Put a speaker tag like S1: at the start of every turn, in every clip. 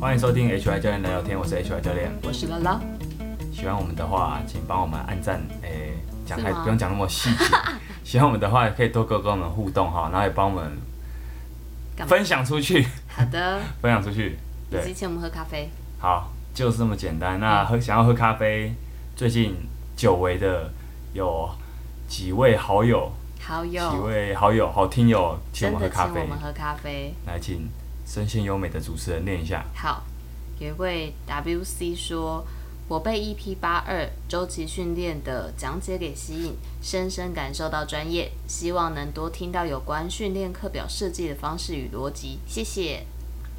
S1: 欢迎收听 HY 教练聊聊天，我是 HY 教练。
S2: 我是拉拉，
S1: 喜欢我们的话，请帮我们按赞，诶、讲太
S2: 是吗
S1: 不用讲那么 细节。喜欢我们的话，也可以多跟跟我们互动哈，然后也帮我们
S2: 干嘛
S1: 分享出去，
S2: 好的，
S1: 分享出去。
S2: 之
S1: 对，
S2: 前我们喝咖啡，
S1: 好，就是这么简单。那
S2: 嗯
S1: 喝想要喝咖啡，最近久违的有几位好友，
S2: 好
S1: 几
S2: 友
S1: 位好友、好听友请
S2: 真
S1: 我们
S2: 的
S1: 喝咖
S2: 请
S1: 啡
S2: 我，们喝咖啡。
S1: 来请声线优美的主持人念一下。
S2: 好，有一位 WC 说，我被 EP 八二周期训练的讲解给吸引，深深感受到专业，希望能多听到有关训练课表设计的方式与逻辑。谢谢，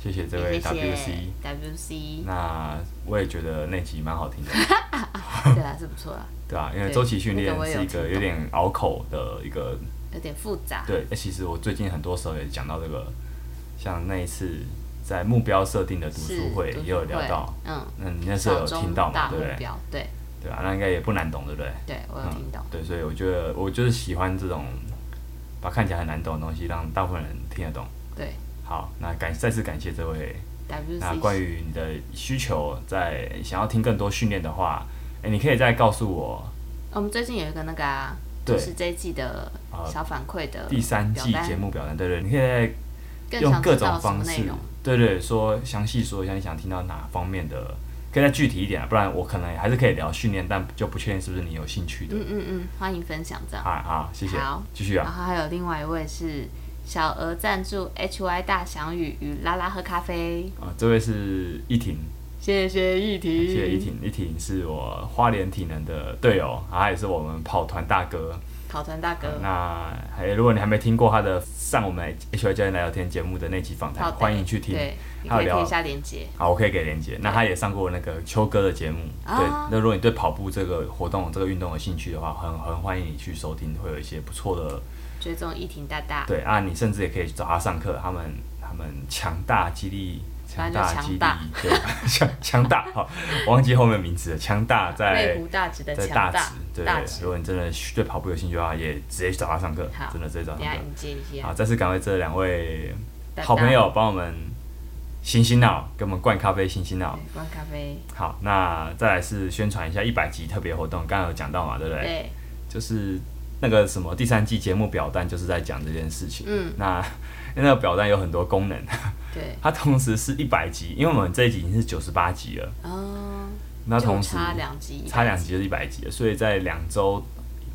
S1: 谢谢这
S2: 也
S1: 位
S2: 谢谢
S1: WC。
S2: WC，
S1: 那我也觉得那集蛮好听的。
S2: 对啦，是不错啦，
S1: 对啊，因为
S2: 对
S1: 周期训练
S2: 那个我也
S1: 是
S2: 有
S1: 一个
S2: 听
S1: 有点拗口的一个，
S2: 有点复杂。
S1: 对。诶其实我最近很多时候也讲到这个，像那一次在目标设定的读
S2: 是
S1: 书会
S2: 读
S1: 也
S2: 书
S1: 有聊到，，
S2: 嗯，
S1: 那你那时候
S2: 小
S1: 有
S2: 中
S1: 听到嘛，
S2: 大
S1: 对
S2: 目
S1: 不对？嗯
S2: 标，对
S1: 对啊，那应该也不难懂，对不对？
S2: 对，我有听到，
S1: 对，所以我觉得我就是喜欢这种把看起来很难懂的东西，让大部分人听得懂。
S2: 对
S1: 好，那感再次感谢这位。那
S2: WC
S1: 关于你的需求，在想要听更多训练的话，哎、你可以再告诉我
S2: 哦我们最近有一个那个啊，
S1: 对
S2: 就是这一季的
S1: 呃
S2: 小反馈的
S1: 第三季
S2: 表单
S1: 节目表单，对对，你可以在
S2: 更
S1: 用
S2: 想
S1: 各
S2: 知
S1: 种
S2: 道什么
S1: 方
S2: 内
S1: 式
S2: 容，，
S1: 对对，说详细说一下你想听到哪方面的，可以再具体一点啊，不然我可能还是可以聊训练，但就不确定是不是你有兴趣的。
S2: 嗯嗯嗯，欢迎分享这样。
S1: 啊啊，谢谢
S2: 好，
S1: 继续
S2: 然
S1: 啊，
S2: 后还有另外一位是小额赞助 HY 大翔宇与拉拉喝咖啡，
S1: 啊，这位是依婷，
S2: 谢谢玉婷，
S1: 谢谢依婷，依婷是我花莲体能的队友，啊他也是我们跑团大哥。
S2: 跑团大哥，
S1: 那还如果你还没听过他的上我们 H Y 教练来聊天节目的那期访
S2: 好
S1: 谈，
S2: 的
S1: 欢迎去听。
S2: 对，你
S1: 还有
S2: 可以
S1: 聊
S2: 贴一下链接，
S1: 好，我可以给连接。那他也上过那个秋哥的节目，
S2: 啊
S1: 对。那如果你对跑步这个活动、这个运动有兴趣的话，很很欢迎你去收听，会有一些不错的。
S2: 追踪玉婷大大，
S1: 对啊，你甚至也可以去找他上课，他们他们强大激励，强
S2: 反
S1: 大
S2: 正
S1: 激
S2: 就
S1: 励
S2: 强大，
S1: 对， 强强大。好，我忘记后面名字了，强大在
S2: 内湖大直的
S1: 在
S2: 强
S1: 大直
S2: 大，，
S1: 对
S2: 大。直
S1: 如，果你真的对跑步有兴趣的话，也直接去找他上课
S2: 好，
S1: 真的直接找
S2: 等
S1: 他
S2: 一下
S1: 上课。
S2: 迎接一
S1: 好，
S2: 下，
S1: 再次感谢这两位
S2: 大大
S1: 好朋，友帮我们醒醒脑，给我们灌咖啡醒醒脑
S2: 对。关咖啡，
S1: 好，那再来是宣传一下一百集特别活动，刚刚有讲到嘛，对不对？
S2: 对，
S1: 就是那个什么第三季节目表单，就是在讲这件事情。
S2: 嗯，
S1: 那 因为那个表单有很多功能，
S2: 对，
S1: 它同时是一百集，因为我们这一集已经是九十八集了，
S2: 哦，
S1: 那
S2: 就
S1: 同时
S2: 差两集，
S1: 差两集就是一百集了，所以在两周，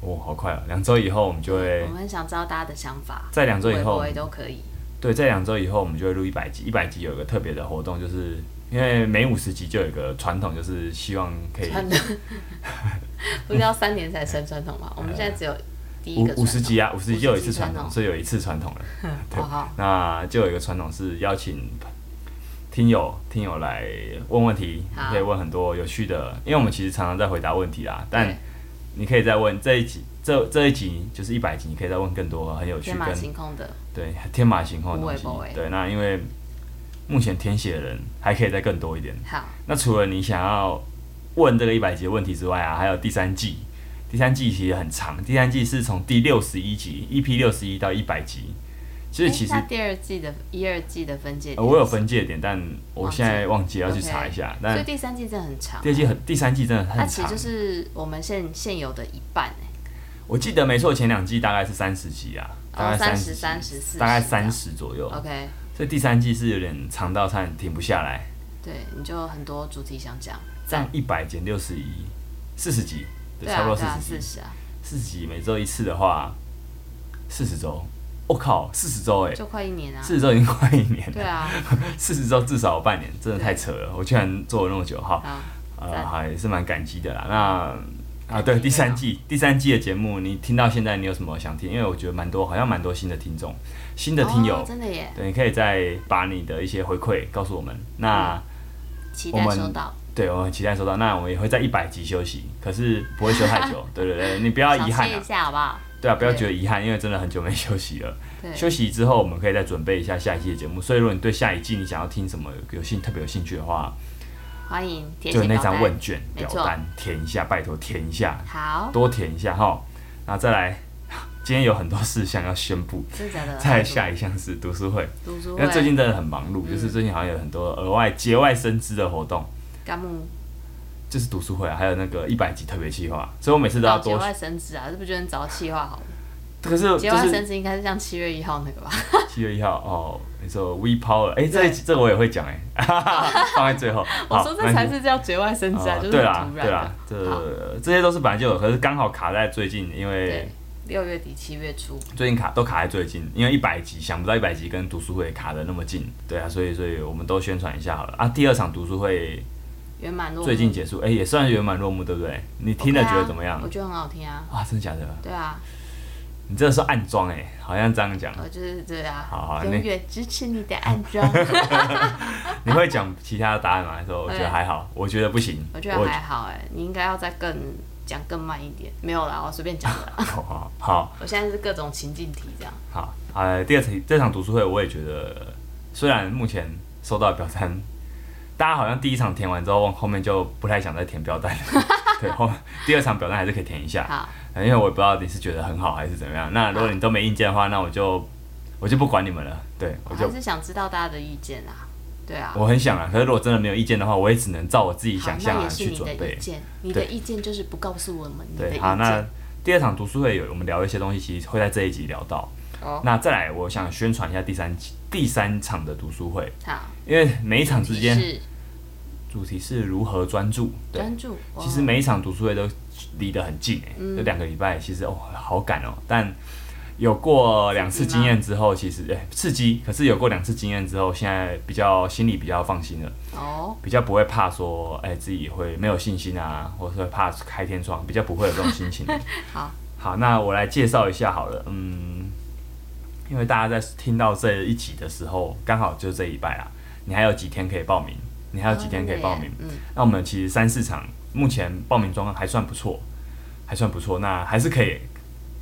S1: 哦，好快哦，两周以后我们就会
S2: 我们很想知道大家的想法，
S1: 在两周以
S2: 嗯微
S1: 后
S2: 博，也都可以。
S1: 对，在两周以后我们就会录一百集，一百集有一个特别的活动，就是因为每五十集就有一个传统，就是希望可以
S2: 传统 不是要三年才升传统吗？我们现在只有第一
S1: 五
S2: 个
S1: 五十集
S2: 啊，
S1: 啊，五十集就有一次传
S2: 五
S1: 统，
S2: 十
S1: 所以有一次传统了。对
S2: 哦好，
S1: 那就有一个传统是邀请听友听友来问问题，
S2: 好
S1: 可以问很多有趣的，因为我们其实常常在回答问题啦，但
S2: 对
S1: 你可以再问这一集。这这一集就是一百集，你可以再问更多很有趣
S2: 天马
S1: 跟
S2: 行空的，
S1: 对天马行空的
S2: 无
S1: 东
S2: 微
S1: 西
S2: 不微。
S1: 对，那因为目前填写的人还可以再更多一点。
S2: 好，
S1: 那除了你想要问这个一百集的问题之外啊，还有第三季，第三季其实很长，第三季是从第六十一集，EP 六十一到一百集，就是其实
S2: 诶那第二季的一二季的分界
S1: 呃
S2: 点，
S1: 我有分界点，但我现在忘记要去
S2: OK
S1: 查一下。
S2: 所以
S1: 但
S2: 第三季真的很长
S1: 第，二季很第三季真的
S2: 它
S1: 很
S2: 其实
S1: 长
S2: 就，是我们现现有的一半哎，
S1: 我记得没错，前两季大概是三十集啊，大概
S2: 哦
S1: 三
S2: 30 30 40
S1: 大概
S2: 这
S1: 三
S2: 样
S1: 十左右。
S2: ，OK，
S1: 所以第三季是有点长到差点停不下来，
S2: 对，你就很多主题想讲，
S1: 这样一百减六十一，四十集，对，
S2: 对
S1: 差不多
S2: 啊，对啊，
S1: 四十
S2: 四
S1: 集。
S2: 十啊，
S1: 四十集每周一次的话，四十周，我、靠，四十周哎，
S2: 就快一年啊，
S1: 四十哎周已经快一年
S2: 对
S1: 了，
S2: 啊，
S1: 四十周至少有半年，真的太扯了，我居然做了那么久，好，
S2: 好，
S1: 呃，
S2: 赞
S1: 好也是蛮感激的啦。那啊，
S2: 感
S1: 对，
S2: 激
S1: 第三季第三季的节目，你听到现在你有什么想听？因为我觉得蛮多，好像蛮多新的听众，新的听友。
S2: 哦真的耶，
S1: 对，你可以再把你的一些回馈告诉我们。那、
S2: 嗯期
S1: 我
S2: 待
S1: 们
S2: 收到，
S1: 对我们很期待收到。那我们也会在一百集休息，可是不会休太 久。对对对，你不要
S2: 小
S1: 遗憾
S2: 歇
S1: 啊
S2: 一。下好不好？
S1: 对啊，不要
S2: 对
S1: 觉得遗憾，因为真的很久没休息了。
S2: 对，
S1: 休息之后，我们可以再准备一下下一季的节目。所以，如果你对下一季你想要听什么有有兴特别有兴趣的话，
S2: 欢迎填
S1: 就
S2: 写
S1: 有那
S2: 表
S1: 张
S2: 单。
S1: 问卷
S2: 没
S1: 表
S2: 错
S1: 单填一下，拜托填一下，
S2: 好，
S1: 多填一下哈。那再来， 今天有很多事项要宣 布。
S2: 真的假 的？
S1: 再下一项是读书会，
S2: 读书
S1: 因
S2: 会
S1: 为，最近真的很忙碌，
S2: 嗯
S1: 就是最近好像有很多额外节外生枝的活动，
S2: 干木
S1: 就是读书会啊，还有那个一百集特别计划，所以我每次都要
S2: 到节
S1: 多。
S2: 外生枝啊，这不就能找气话好了？
S1: 可是就
S2: 节外
S1: 是
S2: 生枝应该是像七月一号那个吧？
S1: 七月一号哦，你说 We Power，哎、这一集这我也会讲哎、 放在最后。
S2: 我
S1: 好
S2: 说
S1: 没
S2: 这
S1: 关系
S2: 才是叫节外生枝啊，
S1: 哦
S2: 就是
S1: 对
S2: 很
S1: 啦，
S2: 突然
S1: 对啦
S2: 的，。好
S1: 这这些都是本来就有，可是刚好卡在最近，因为
S2: 对，六月底七月初，
S1: 最近卡都卡在最近，因为一百集想不到一百集跟读书会卡的那么近，对啊，所以所以我们都宣传一下好了啊。第二场读书会
S2: 圆满落幕。
S1: 最近结束，哎、也算圆满落幕，对不对？你听了
S2: OK 啊
S1: 觉得怎么样？
S2: 嗯我觉得很好听啊，
S1: 哇，真的假的？
S2: 对啊，
S1: 你真的是暗装哎、好像这样讲，
S2: 我就是对
S1: 好
S2: 啊
S1: 好，
S2: 永
S1: 你
S2: 远支持你的暗 装。
S1: 你会讲其他的答案吗？还是说我觉得
S2: 会
S1: 还好，我觉得不行，
S2: 哎我觉得还好哎，你应该要再更讲更慢一点。没有啦，我随便讲的啦。
S1: 好好哦好
S2: 我现在是各种情境题这样。
S1: 好，呃，第二场这场读书会我也觉得，虽然目前收到的表单，大家好像第一场填完之后，后面就不太想再填表单了， 对，后第二场表单还是可以填一下。
S2: 好，
S1: 因为我也不知道你是觉得很好还是怎么样。那如果你都没意见的话，那我就我就不管你们了。对，
S2: 我
S1: 我就
S2: 还是想知道大家的意见啊。对啊，
S1: 我很想啊，可是如果真的没有意见的话，我也只能照我自己
S2: 好
S1: 想，象
S2: 那
S1: 啊
S2: 也是
S1: 去
S2: 你
S1: 准
S2: 的
S1: 备
S2: 意。见，你的意见就是不告诉我们你的
S1: 对，
S2: 意
S1: 好，那
S2: 见。
S1: 第二场读书会有我们聊一些东西，其实会在这一集聊到。
S2: 哦
S1: 那再来，我想宣传一下第三集第三场的读书会，
S2: 好，
S1: 因为每一场之间
S2: 是
S1: 主题是如何专注。对，
S2: 专注。
S1: 其实
S2: 哦
S1: 每一场读书会都离得很近、欸，
S2: 嗯
S1: 有两个礼拜，其实哦好赶哦，但有过两次经验之后，其实哎、刺激，可是有过两次经验之后，现在比较心里比较放心了，
S2: 哦，
S1: 比较不会怕说哎、自己会没有信心啊，或是会怕开天窗，比较不会有这种心情。
S2: 好，
S1: 好，那我来介绍一下好了，嗯，因为大家在听到这一集的时候，刚好就这一拜啦，你还有几天可以报名，你还有几天可以报名
S2: 哦。真的耶
S1: 那我们其实三四场目前报名状况还算不错，还算不错，那还是可以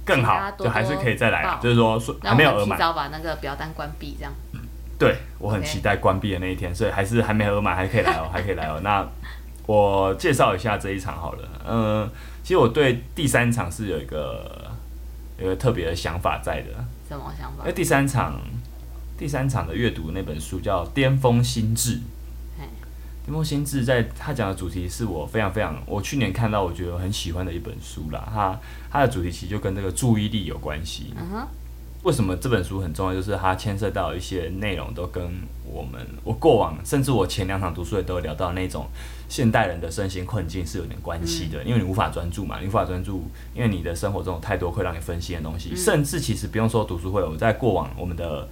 S1: 更
S2: 请大
S1: 好，
S2: 家多多
S1: 就还是可以再来啊，
S2: 报
S1: 就是说说
S2: 嗯，
S1: 还没有
S2: 那我
S1: 额
S2: 们
S1: 满，
S2: 提早把那个表单关闭，这样。
S1: 对我很
S2: OK
S1: 期待关闭的那一天，所以还是还没额满，还可以 来哦，还可以来哦。那我介绍一下这一场好了，嗯，其实我对第三场是有一个有一个特别的想法在的，
S2: 什么想法
S1: 因为？第三场第三场的阅读那本书叫《巅峰心智》。
S2: 嘿
S1: 林梦心智在他讲的主题是我非常非常，我去年看到我觉得很喜欢的一本书啦。它它的主题其实就跟这个注意力有关系。
S2: 嗯哼，
S1: 为什么这本书很重要？就是它牵涉到一些内容都跟我们我过往，甚至我前两场读书会都有聊到那种现代人的身心困境是有点关系
S2: 嗯
S1: 的，因为你无法专注嘛，你无法专注，因为你的生活中有太多会让你分心的东西，
S2: 嗯
S1: 甚至其实不用说读书会，我在过往我们的。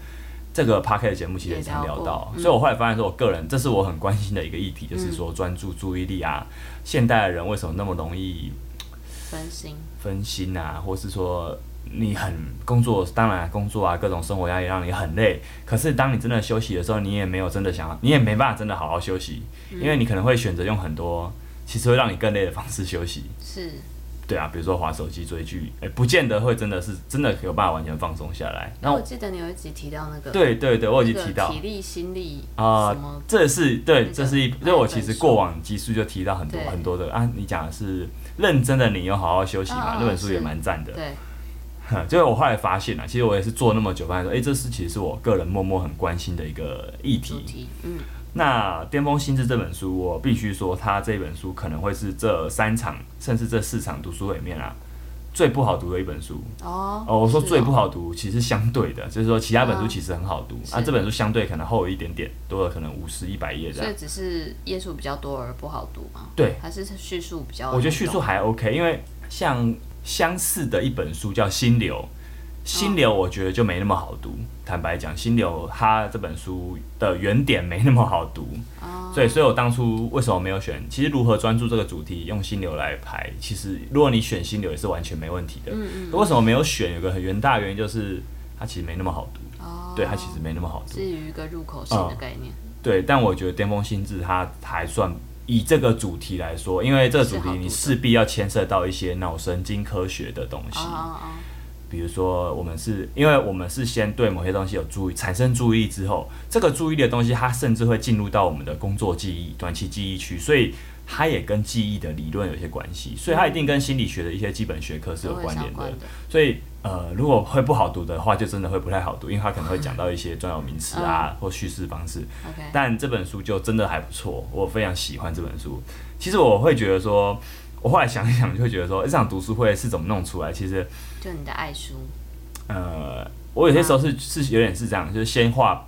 S1: 这个 p a r k 的节目其实也常聊
S2: 也聊
S1: 到
S2: 过，嗯嗯
S1: 所以我后来发现说，我个人这是我很关心的一个议题，就是说专注注意力啊，现代人为什么那么容易
S2: 分心。
S1: 分心啊，或是说你很工作，当然工作啊，各种生活压力让你很累。可是当你真的休息的时候，你也没有真的想要，你也没办法真的好好休息，
S2: 嗯
S1: 因为你可能会选择用很多其实会让你更累的方式休息。
S2: 是，
S1: 对啊，比如说划手机、追剧，哎、不见得会真的是真的有办法完全放松下来。那
S2: 那我
S1: 我
S2: 记得你有一集提到那个，
S1: 对对对，我已经
S2: 那个
S1: 提到
S2: 体力、心力
S1: 啊
S2: 什么，
S1: 这是对
S2: 那，个
S1: 这是一，
S2: 哪一
S1: 因为我其实
S2: 本书
S1: 过往集数就提到很多
S2: 对
S1: 很多的啊，你讲的是认真的你又好好休息嘛
S2: 嗯，嗯
S1: 那本书也
S2: 是
S1: 蛮赞的。
S2: 对，
S1: 就是嗯我后来发现啊，其实我也是做那么久，发现说，哎、这是其实是我个人默默很关心的一个议
S2: 主
S1: 题。
S2: 题，嗯，
S1: 那《巅峰心智》这本书，我必须说，它这本书可能会是这三场甚至这四场读书会里面啊，最不好读的一本书。
S2: 哦，
S1: 哦，我说
S2: 是
S1: 最不
S2: 哦，
S1: 好读，其实相对的，就是说其他本书
S2: 嗯
S1: 其实很好读，
S2: 是
S1: 啊，这本书相对可能厚一点点，多了可能五十一百页这
S2: 所
S1: 样
S2: 以。只是页数比较多而不好读嘛，
S1: 对，
S2: 还是叙述比较，
S1: 我觉得叙述，还 OK，因为像相似的一本书叫《心流》，《心
S2: 嗯
S1: 流》我觉得就没那么好读。坦白讲，《心流》它这本书的原点没那么好读，
S2: 哦，
S1: 所以，所以我当初为什么没有选？其实如何专注这个主题，用心流来排，其实如果你选心流也是完全没问题
S2: 嗯
S1: 的。可为什么没有选？有个很原大原因就是它其实没那么好读，
S2: 哦，
S1: 对，它其实没那么好读
S2: 是。于一个入口性的概念，
S1: 对，但我觉得巅峰心智它还算以这个主题来说，因为这个主
S2: 是
S1: 题
S2: 好读
S1: 你
S2: 的
S1: 势必要牵涉到一些脑神经科学的东西，
S2: 哦哦
S1: 比如说我们是因为我们是先对某些东西有注意，产生注意之后，这个注意力的东西它甚至会进入到我们的工作记忆、短期记忆区，所以。它也跟记忆的理论有一些关系，所以它一定跟心理学的一些基本学科
S2: 哦，
S1: 是有
S2: 都会
S1: 关
S2: 相
S1: 联的
S2: 关。的，
S1: 所以呃，如果会不好读的话，就真的会不太好读，因为它可能会讲到一些专有名词
S2: 嗯
S1: 啊，或叙事方式。
S2: OK，
S1: 但这本书就真的还不错，我非常喜欢这本书。其实我会觉得说，我后来想一想，就会觉得说，诶这场读书会是怎么弄出来？其实，
S2: 就你的爱书，
S1: 呃，我有些时候是是有点是这样，就是先画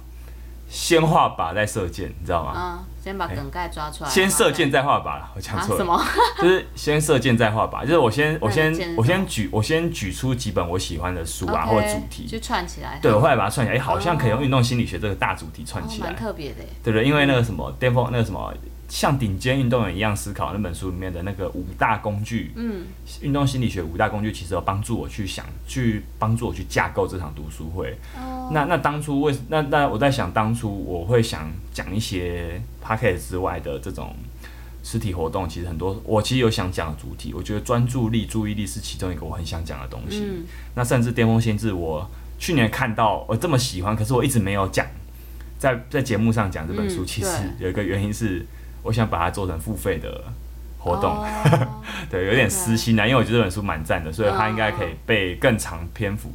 S1: 先画靶再射箭，你知道吗？
S2: 嗯，先把梗概抓出来，
S1: 哎先
S2: 然后
S1: 射
S2: 再
S1: 箭再画靶啦，我讲
S2: 哦啊
S1: 错
S2: 什
S1: 了，
S2: 么？
S1: 就是先射箭再画靶。就是我先我
S2: 那你箭是
S1: 先
S2: 什么
S1: 我先举我先举出几本我喜欢的书啊
S2: OK，
S1: 或者主题，
S2: 就哦串起来，
S1: 对我
S2: 哦，
S1: 后来把它串起来，诶哎好像可以用运动心理学这个大主题串起来
S2: 蛮。特别的耶，
S1: 对不对？因为那个什么巅峰，那个什么像顶尖运动员一样思考那本书里面的那个五大工具，
S2: 嗯，
S1: 运动心理学五大工具，其实有帮助我去想，去帮助我去架构这场读书会。
S2: 哦，
S1: 那那当初为那那我在想，当初我会想讲一些 p a c k e t 之外的这种实体活动，其实很多我其实有想讲的主题，我觉得专注力、注意力是其中一个我很想讲的东西。
S2: 嗯
S1: 那甚至巅峰心智，我去年看到我这么喜欢，可是我一直没有讲，在在节目上讲这本书，
S2: 嗯
S1: 其实
S2: 对
S1: 有一个原因是我想把它做成付费的活动，
S2: 哦
S1: 对，有点私心啊，因为我觉得这本书蛮赞的，所以它
S2: 嗯
S1: 应该可以被更长篇幅，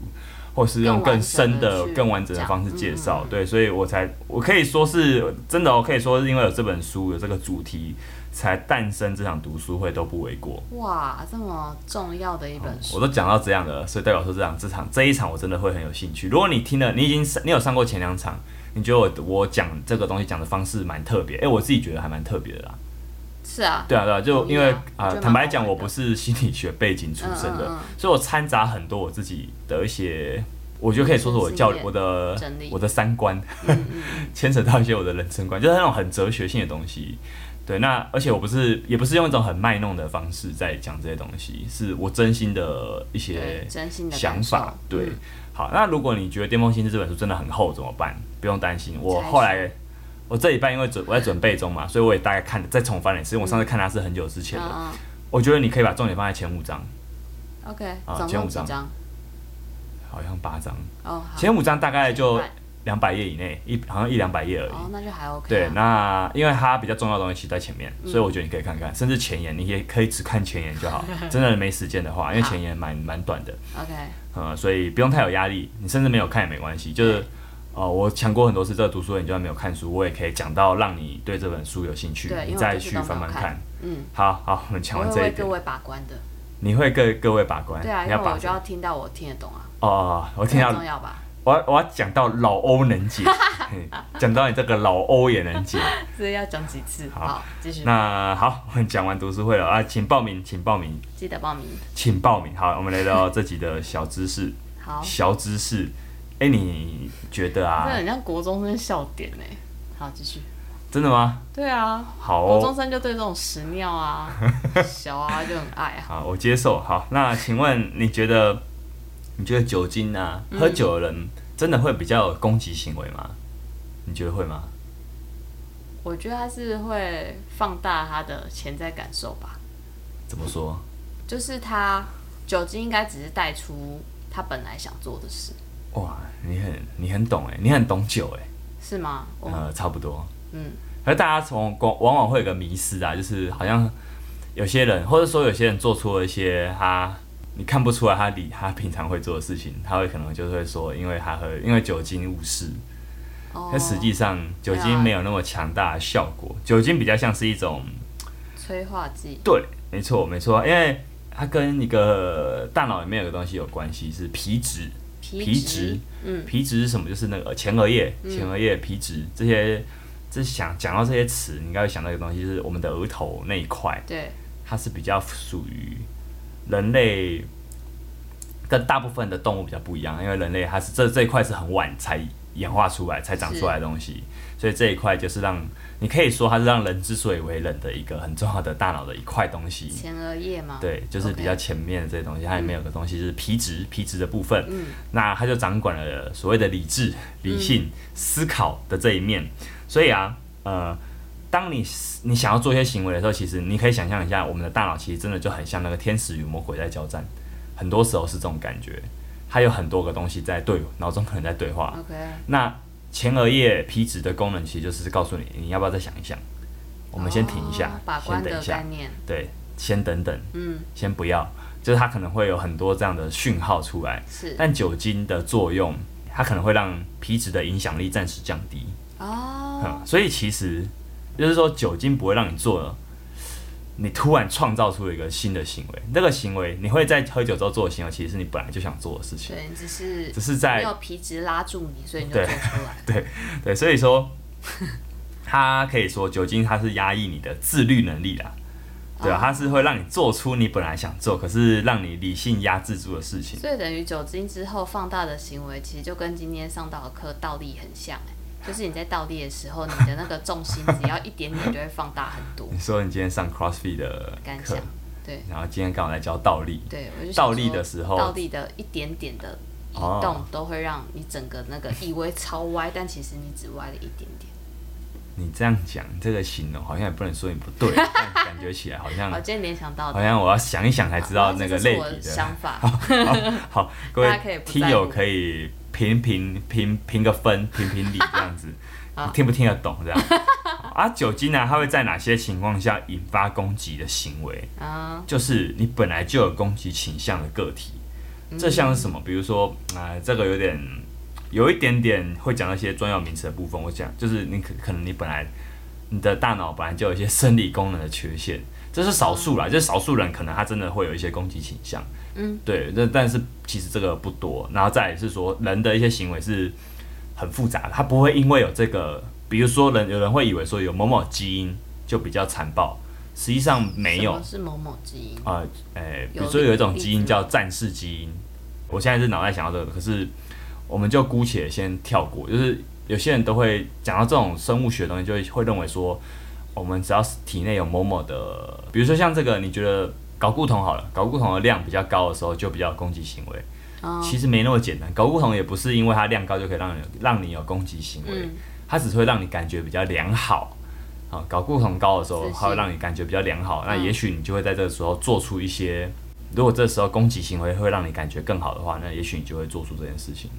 S1: 或是用更深的、更
S2: 更
S1: 完
S2: 完
S1: 整
S2: 整地去
S1: 的
S2: 讲
S1: 方式介绍
S2: 嗯。
S1: 对，所以我才我可以说是真的、哦，我可以说是因为有这本书有这个主题，才诞生这场读书会都不为过。
S2: 哇，这么重要的一本
S1: 我
S2: 书，
S1: 都讲到这样了，所以代表说这场这场这一场我真的会很有兴趣。如果你听了，你已经上你有上过前两场，你觉得我我讲这个东西讲的方式蛮特别，诶，我自己觉得还蛮特别的啦。
S2: 是啊，
S1: 对啊对啊，就
S2: 同意啊
S1: 因为
S2: 我
S1: 啊、
S2: 觉得
S1: 坦白
S2: 蛮
S1: 讲，
S2: 好玩的
S1: 我不是心理学背景出身的，
S2: 嗯嗯嗯
S1: 所以我掺杂很多我自己的一些，我觉得可以说是我教
S2: 经验
S1: 我的
S2: 整理嗯
S1: 我的三观， 牵扯到一些我的人生观，就是那种很哲学性的东西。对，那而且我不是也不是用一种很卖弄的方式在讲这些东西，是我真心的一些
S2: 对，真心的
S1: 想
S2: 感受
S1: 法。对，
S2: 嗯
S1: 好，那如果你觉得《巅峰心智》这本书真的很厚怎么办？不用担心，我
S2: 才是
S1: 后来我这礼拜因为准我在准备中嘛，所以我也大概看再重翻了一次，因为我上次看它是很久之前的。
S2: 嗯
S1: 我觉得你可以把重点放在前五章，
S2: 嗯，OK，
S1: 啊
S2: 总
S1: 前
S2: 共
S1: 五
S2: 几
S1: 章
S2: 章？
S1: 好像八章，
S2: 哦，好，
S1: 前五章大概就
S2: 明白
S1: 两百页以内，一好像一两百页而已。
S2: 哦，那就还 OK，嗯
S1: 对
S2: 啊，
S1: 那因为它比较重要的东西其实在前面，所以我觉得你可以看看，甚至前言你也可以只看前言 就好。真的没时间的话，因为前言蛮蛮短的。
S2: OK，
S1: 呃，所以不用太有压力，你甚至没有看也没关系。就是，呃，我讲过很多次，这个读书会你就算没有看书，我也可以讲到让你对这本书有兴趣
S2: 对，因为
S1: 你
S2: 我
S1: 再
S2: 就是
S1: 去
S2: 都没
S1: 翻
S2: 有
S1: 翻
S2: 看
S1: 看。
S2: 嗯，
S1: 好好，我们讲
S2: 我
S1: 完
S2: 会
S1: 这一
S2: 为各
S1: 点，
S2: 位把关的，
S1: 你会跟各位把关，
S2: 对啊，
S1: 你
S2: 因为
S1: 要把
S2: 我就要听到我听得懂啊，
S1: 哦哦，哦我听
S2: 这很
S1: 到
S2: 重要吧？
S1: 我要我要讲到老欧能 解，嘿讲到你这个老欧也能解。
S2: 这要讲几次？
S1: 好
S2: 好，继续，
S1: 那好，我们讲完读书会了啊，请报名，请报名，
S2: 记得报名。
S1: 请报名。好，我们来到这集的小知识，
S2: 好，
S1: 小知识。哎、你觉得啊
S2: 这？很像国中生笑点呢。好，继续。
S1: 真的吗？
S2: 对啊，
S1: 好、哦，
S2: 国中生就对这种屎 尿啊、小啊就很爱啊。
S1: 好，我接受。好，那请问你觉得，你觉得酒精啊，
S2: 嗯
S1: 喝酒的人真的会比较有攻击行为吗？你觉得会吗？
S2: 我觉得他是会放大他的潜在感受吧，
S1: 怎么说？
S2: 就是他酒精应该只是带出他本来想做的事，
S1: 哇，你很你很懂哎，你很懂酒哎，
S2: 是吗？我、
S1: 呃，差不多。
S2: 嗯，
S1: 而大家从往往往会有个迷失啊，就是好像有些人，或者说有些人做出了一些他你看不出来他理他平常会做的事情，他会可能就是会说，因为他喝因为酒精误事，
S2: 哦
S1: 但实际上酒精没有那么强大的效果，酒精比较像是一种。
S2: 催化剂，
S1: 对，没错，没错，因为它跟一个大脑里面有个东西有关系，是皮质。皮质
S2: 质，嗯，
S1: 皮质是什么？就是那个前额叶、前额叶皮质这些。这想讲到这些词，你应该会想到一个东西，就是我们的额头那一块，
S2: 对，
S1: 它是比较属于人类跟大部分的动物比较不一样，因为人类它是这这一块是很晚才演化出来、才长出来的东西，所以这一块就是让你可以说它是让人之所以为人的一个很重要的大脑的一块东西。
S2: 前额叶嘛，，
S1: 对，就是比较
S2: OK
S1: 前面的这些东西，它里面有个东西就是皮质，皮质的部分，
S2: 嗯
S1: 那它就掌管了所谓的理智、理性、思考的这一面。所以啊，呃，当你你想要做一些行为的时候，其实你可以想象一下，我们的大脑其实真的就很像那个天使与魔鬼在交战，很多时候是这种感觉，它有很多个东西在对脑中可能在对话，
S2: ，OK，
S1: 那前额叶皮质的功能其实就是告诉你，你要不要再想一想？我
S2: 我
S1: 们先停一下，
S2: 哦把
S1: 先
S2: 关
S1: 等
S2: 的
S1: 一下
S2: 概，念，
S1: 对，先等等，
S2: 嗯，
S1: 先不要，就是它可能会有很多这样的讯号出来。
S2: 是
S1: 但酒精的作用，它可能会让皮质的影响力暂时降低。
S2: 哦，
S1: 嗯，所以其实就是说，酒精不会让你做，你突然创造出一个新的行为，那个行为你会在喝酒之后做的行为，其实是你本来就想做的事情，
S2: 对，你只是
S1: 只是
S2: 没
S1: 在
S2: 有皮质拉住你，所以你就做
S1: 对
S2: 出来。
S1: 对，所以说， 它可以说酒精它是压抑你的自律能力啦。对
S2: 哦
S1: 啊，它是会让你做出你本来想做，可是让你理性压制住的事情。
S2: 所以等于酒精之后放大的行为，其实就跟今天上到的课倒立很像、欸，就是你在倒立的时候，你的那个重心只要一点点就会放大很 多
S1: 你说你今天上 CrossFit 的
S2: 感
S1: 课
S2: 想，。对
S1: 然后今天刚好在教倒立，
S2: 对，我就想
S1: 倒立
S2: 说
S1: 的时候
S2: 倒立的一点点的移
S1: 哦
S2: 动都会让你整个那个以为超歪，但其实你只歪了一点点。
S1: 嗯你这样讲这个形容好像也不能说你不 对，但感觉起来好像
S2: 好，今天联想到
S1: 好
S2: 的，
S1: 像我要想一想才哦知道
S2: 好
S1: 那
S2: 这
S1: 个
S2: 是
S1: 类
S2: 我的
S1: 比的。哦
S2: 想 法。
S1: 好，各位
S2: 大家可以不在乎
S1: 听友可以评评评评个分，评评理这样子，
S2: 好
S1: 你听不听得懂 这样？好啊，酒精呢、它会在哪些情况下引发攻击的行为？
S2: 啊，
S1: 就是你本来就有攻击倾向的个体，
S2: 嗯
S1: 这像是什么？比如说，啊、这个有点，有一点点会讲到一些专有名词的部分。我讲就是你可可能你本来你的大脑本来就有一些生理功能的缺陷，这是少数啦，就是少数人可能他真的会有一些攻击倾向。
S2: 嗯，
S1: 对，那但是其实这个不多。然后再来是说，人的一些行为是很复杂的，他不会因为有这个，比如说人有人会以为说有某某基因就比较残暴，实际上没有
S2: 什么。是某某基因，
S1: 啊，诶、比
S2: 有
S1: 如说有一种
S2: 例子
S1: 基因叫战士基因，我现在是脑袋想到这个，可是我们就姑且先跳过。就是有些人都会讲到这种生物学的东西，就会会认为说，我们只要是体内有某某的，比如说像这个，你觉得睾固酮好了，睾固酮的量比较高的时候，就比较有攻击行为。
S2: 哦
S1: 其实没那么简单，睾固酮也不是因为它量高就可以让你让你有攻击行为，
S2: 嗯，
S1: 它只是会让你感觉比较良好。啊，睾固酮高的时候
S2: 自，信
S1: 它会让你感觉比较良好。那
S2: 嗯
S1: 也许你就会在这个时候做出一些，如果这时候攻击行为会让你感觉更好的话，那也许你就会做出这件事情。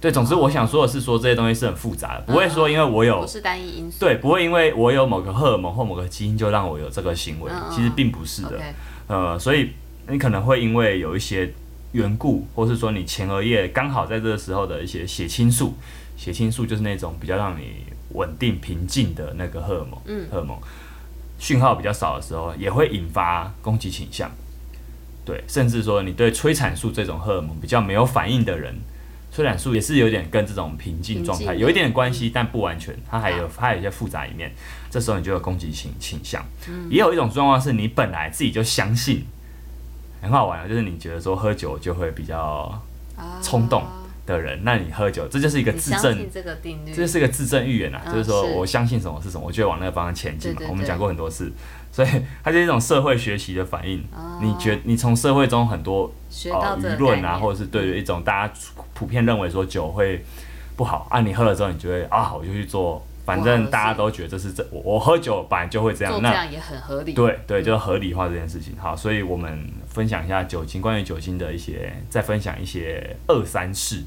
S1: 对，总之我想说的是说这些东西是很复杂
S2: 嗯
S1: 的，不会说因为我有
S2: 不是单一因素。
S1: 对，不会因为我有某个荷尔蒙或某个基因就让我有这个行为
S2: 嗯嗯，
S1: 其实并不是的。
S2: ，OK，
S1: 呃，所以你可能会因为有一些缘故，或是说你前额叶刚好在这个时候的一些血清素，血清素就是那种比较让你稳定平静的那个荷尔蒙，
S2: 嗯
S1: 荷尔蒙讯号比较少的时候，也会引发攻击倾向。对，甚至说你对催产素这种荷尔蒙比较没有反应的人，催产素也是有点跟这种平静状
S2: 平
S1: 态
S2: 静嗯
S1: 有一点点关系，但不完全，它还有它还有一些复杂一面。这时候你就有攻击倾倾向。
S2: 嗯
S1: 也有一种状况是你本来自己就相信，很好玩啊，就是你觉得说喝酒就会比较
S2: 啊
S1: 冲动的人，那你喝酒这就是一个
S2: 你
S1: 自
S2: 相
S1: 证
S2: 信这个定律，
S1: 这就是一个自证预言啊，
S2: 嗯
S1: 就是说
S2: 是
S1: 我相信什么是什么，我就会往那个方向前进嘛。
S2: 对对对
S1: 我们讲过很多次，所以它就是一种社会学习的反应。你觉你从社会中很多
S2: 啊哦学到
S1: 呃
S2: 这个
S1: 舆论
S2: 概
S1: 啊，
S2: 念嗯
S1: 或者是对于一种大家普遍认为说酒会不好啊，你喝了之后你就会啊，我就去做，反
S2: 不好的
S1: 正
S2: 事
S1: 大家都觉得这是这我我喝酒本来就会这样，
S2: 做这
S1: 那
S2: 样也很合理。
S1: 对对，就是合理化这件事情。好，所以我们分享一下酒精，关于酒精的一些，再分享一些二三事。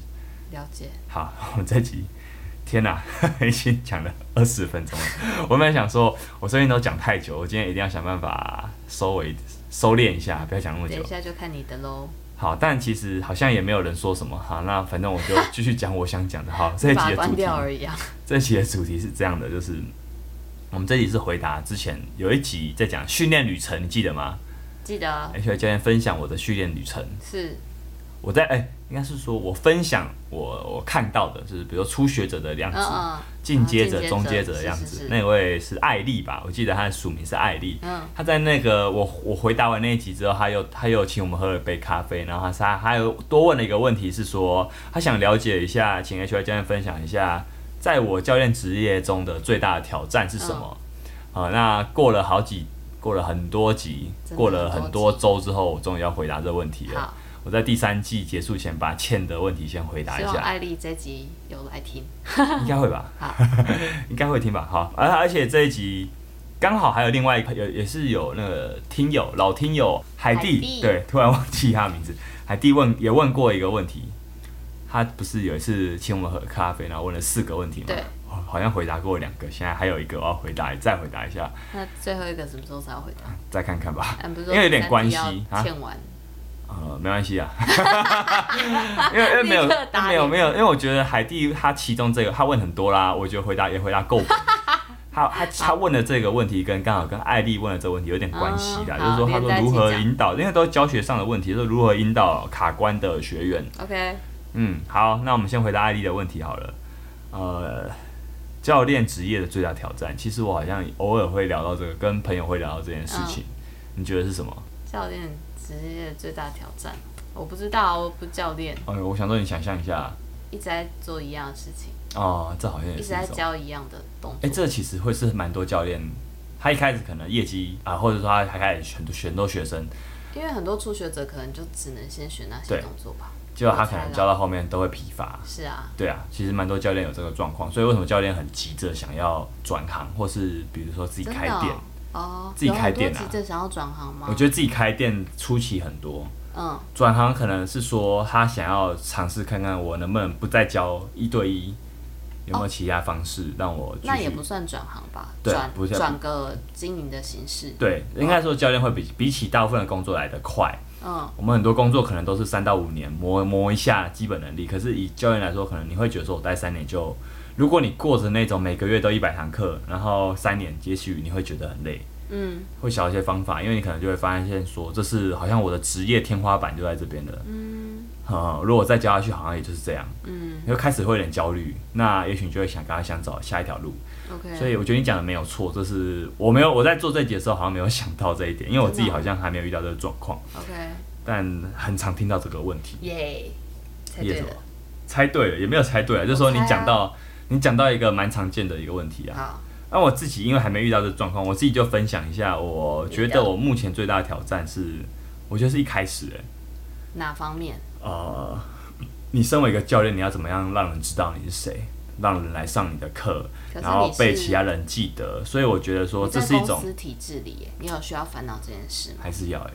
S2: 了解。
S1: 好，我们这集，天哪、 已经讲了二十分钟了。我本来想说，我最近都讲太久，我今天一定要想办法收尾收敛一下，不要讲那么
S2: 等
S1: 久
S2: 一。下就看你的喽，
S1: 好，但其实好像也没有人说什么。好，那反正我就继续讲我想讲的。 好，这一
S2: 把
S1: 集的主
S2: 它关
S1: 题
S2: 掉而已啊。
S1: 这期的主题是这样的，就是我们这集是回答之前有一集在讲训练旅程，你记得吗
S2: 记得啊
S1: ？H I 教练分享我的训练旅程，
S2: 是
S1: 我在哎、应该是说我分享我我看到的，就是比如说初学者的样
S2: 嗯
S1: 子，
S2: 嗯
S1: 进阶者、
S2: 啊进阶者
S1: 中阶者的样子。
S2: 是是是
S1: 那位是艾丽吧？我记得她的署名是艾丽。
S2: 嗯，
S1: 她在那个我我回答完那一集之后，她又她又请我们喝了杯咖啡，然后她她还有多问了一个问题，是说她想了解一下，请 H Y 教练分享一下，在我教练职业中的最大的挑战是什么？
S2: 嗯
S1: 啊、那过了好几，过了很多集，
S2: 真的
S1: 过了很
S2: 很
S1: 多
S2: 多
S1: 周之后，我终于要回答这个问题了。
S2: 嗯好，
S1: 我在第三季结束前把欠的问题先回答
S2: 希
S1: 一
S2: 望
S1: 下，
S2: 艾丽这集有来听。
S1: 应该会吧？
S2: 好，
S1: 应该会听吧。好，而而且这一集刚好还有另外一个有也是有那个听友老听友海蒂，
S2: 海蒂
S1: 对，突然忘记他的名字。海蒂问也问过一个问题，他不是有一次请我们喝咖啡，然后问了四个问题吗？
S2: 对
S1: 哦，好像回答过两个，现在还有一个我要回答，再回答一下，
S2: 那最后一个什么时候才要回答？
S1: 再看看吧。
S2: 啊，不是说
S1: 因为有点
S2: 第三集
S1: 关系
S2: 要
S1: 啊
S2: 欠完
S1: 呃，没关系啊，因为因为没有
S2: 立刻打
S1: 没有
S2: 脸
S1: 没有，因为我觉得海蒂他其中这个他问很多啦，我觉得回答也回答够稳。他他他问的这个问题跟刚好跟艾丽问的这个问题有点关系啦，
S2: 嗯
S1: 就是说
S2: 好
S1: 他说
S2: 连在一
S1: 如
S2: 起
S1: 何
S2: 讲
S1: 引导，因为都是教学上的问题，说如何引导卡关的学员。
S2: OK，
S1: 嗯，好，那我们先回答艾丽的问题好了。呃，教练职业的最大挑战，其实我好像偶尔会聊到这个，跟朋友会聊到这件事情。
S2: 嗯
S1: 你觉得是什么？
S2: 教练职业的最大挑战，我不知道啊，我不教练，
S1: 哎呦，我想说你想象一下，
S2: 一直在做一样的事情，
S1: 哦，这好像也
S2: 一
S1: 是
S2: 直在
S1: 一种。
S2: 教一样的动
S1: 哎、
S2: 作。
S1: 这其实会是蛮多教练，他一开始可能业绩啊，或者说他还开始选选多学生，
S2: 因为很多初学者可能就只能先学那些
S1: 对
S2: 动作吧。
S1: 结果他可能教到后面都会疲乏。
S2: 是啊，
S1: 对啊，其实蛮多教练有这个状况，所以为什么教练很急着想要转行，或是比如说自己
S2: 真
S1: 开
S2: 的
S1: 店？
S2: 哦。哦
S1: 自己开店啊
S2: 有很多急着想要转行吗？
S1: 我觉得自己开店初期很多，
S2: 嗯，
S1: 转行可能是说他想要尝试看看我能不能不再教一对一，有没有其他方式让我继
S2: 哦那也
S1: 续
S2: 不算转行吧，
S1: 对
S2: 转
S1: 不是
S2: 转个经营的形式。
S1: 对，应该说教练会比比起大部分的工作来得快。
S2: 嗯，
S1: 我们很多工作可能都是三到五年磨磨一下基本能力，可是以教练来说，可能你会觉得说我待三年就，如果你过着那种每个月都一百堂课，然后三年，也许你会觉得很累，
S2: 嗯，
S1: 会想一些方法，因为你可能就会发现说，这是好像我的职业天花板就在这边了。嗯，啊、如果再教下去，好像也就是这样。嗯，你就开始会有点焦虑，那也许你就会想赶快想找下一条路。
S2: OK，
S1: 所以我觉得你讲的没有错，这是我没有我在做这集的时候好像没有想到这一点，因为我自己
S2: 真的哦
S1: 好像还没有遇到这个状况，
S2: OK，
S1: 但很常听到这个问题。
S2: 耶，猜
S1: 也
S2: 对
S1: 什么
S2: 了，？
S1: 猜对了，也没有猜对了，就是说你
S2: 我猜啊
S1: 讲到、你讲到一个蛮常见的一个问题啊。
S2: 好，
S1: 那我自己因为还没遇到这状况，我自己就分享一下，我觉
S2: 你的
S1: 得我目前最大的挑战是，我觉得是一开始、欸，
S2: 哪方面？
S1: 呃，你身为一个教练，你要怎么样让人知道你是谁，让人来上你的课，
S2: 可是
S1: 然后
S2: 你是
S1: 被其他人记得，所以我觉得说
S2: 你
S1: 这
S2: 在
S1: 是一
S2: 公
S1: 种
S2: 司体制里耶，你有需要烦恼这件事吗？
S1: 还是要哎、欸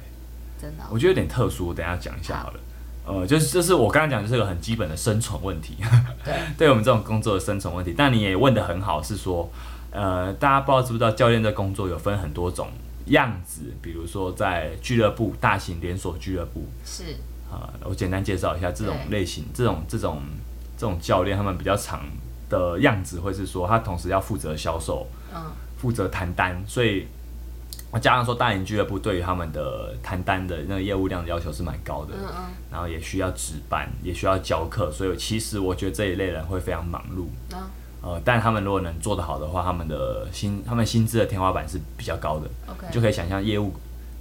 S2: 真的哦、
S1: 我觉得有点特殊，我等一下讲一下好了。呃，就是就是我刚刚讲，就是个很基本的生存问题， 对我们这种工作的生存问题。但你也问的很好，是说，呃，大家不知道知不知道，教练的工作有分很多种样子，比如说在俱乐部、大型连锁俱乐部，
S2: 是
S1: 啊、我简单介绍一下这种
S2: 对
S1: 类型，这种这种这种教练，他们比较常的样子会是说，他同时要负责销售，
S2: 嗯，
S1: 负责谈单，所以加上说大型俱乐部对于他们的谈单的那个业务量的要求是蛮高的，
S2: 嗯嗯
S1: 然后也需要值班，也需要教课，所以其实我觉得这一类人会非常忙碌。
S2: 嗯
S1: 呃，但他们如果能做得好的话，他们的薪他们薪资的天花板是比较高的，
S2: ，OK，哦
S1: 就可以想象业务，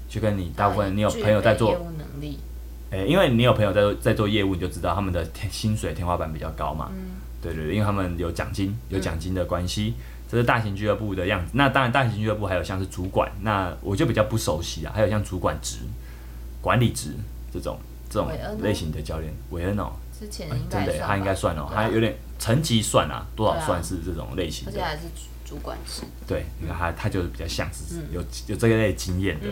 S1: 就跟你大部分你有
S2: 具备
S1: 朋友在做
S2: 业务能力，
S1: 诶、因为你有朋友在做在做业务，你就知道他们的 天薪水天花板比较高嘛。
S2: 嗯
S1: 对对对，因为他们有奖金，有奖金的关系，这是大型俱乐部的样子。那当然，大型俱乐部还有像是主管，那我就比较不熟悉啊。还有像主管职、管理职这种这种
S2: 韦恩哦
S1: 类型的教练，韦恩哦，
S2: 之前
S1: 哎
S2: 应
S1: 真
S2: 该
S1: 的耶
S2: 也算吧
S1: 他应该算哦，
S2: 对啊
S1: 他有点层级算啊，多少
S2: 对啊
S1: 算是这种类型
S2: 而
S1: 的
S2: 且。还是主主管制，
S1: 对，你看他他就是比较像
S2: 嗯
S1: 是有有这一类经验的。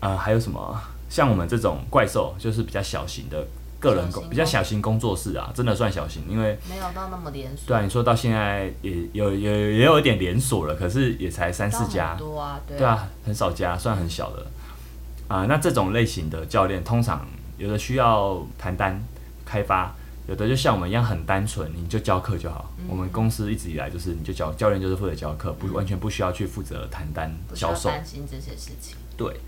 S1: 呃，还有什么？像我们这种怪兽，就是比较小型的个人
S2: 小型
S1: 工，
S2: 哦
S1: 比较小型工作室啊，真的算小型，因为
S2: 没有到那么连锁，
S1: 对啊，你说到现在也有有也有一点连锁了，可是也才三
S2: 到
S1: 四
S2: 很
S1: 家，
S2: 多啊，对
S1: 对，啊，很少家，算很小的啊、那这种类型的教练，通常有的需要谈单开发，有的就像我们一样很单纯，你就教课就好。
S2: 嗯
S1: 我们公司一直以来就是，你就教教练就是负责教课，不完全不需要去负责谈单
S2: 不需
S1: 销
S2: 要
S1: 售。
S2: 担心这些事情，
S1: 对，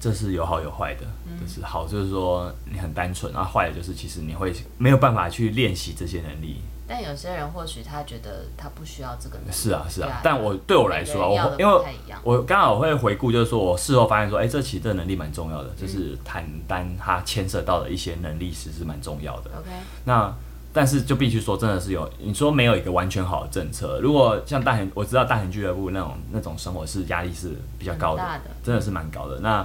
S1: 这是有好有坏的。
S2: 嗯
S1: 就是好，就是说你很单纯，然后坏的就是其实你会没有办法去练习这些能力。
S2: 但有些人或许他觉得他不需要这个能力，
S1: 是啊，是
S2: 对
S1: 啊，但我对我来说啊，
S2: 每个人
S1: 我因
S2: 要的
S1: 为
S2: 不太一样
S1: 我刚好会回顾，就是说我事后发现说，哎、这其实这能力蛮重
S2: 嗯
S1: 要的，就是谈单它牵涉到的一些能力，其实是蛮重要的。
S2: ，OK，
S1: 那但是就必须说，真的是有你说没有一个完全好的政策。如果像大型，我知道大型俱乐部那种那种生活是压力是比较高的，
S2: 很大的
S1: 真的是蛮高的。那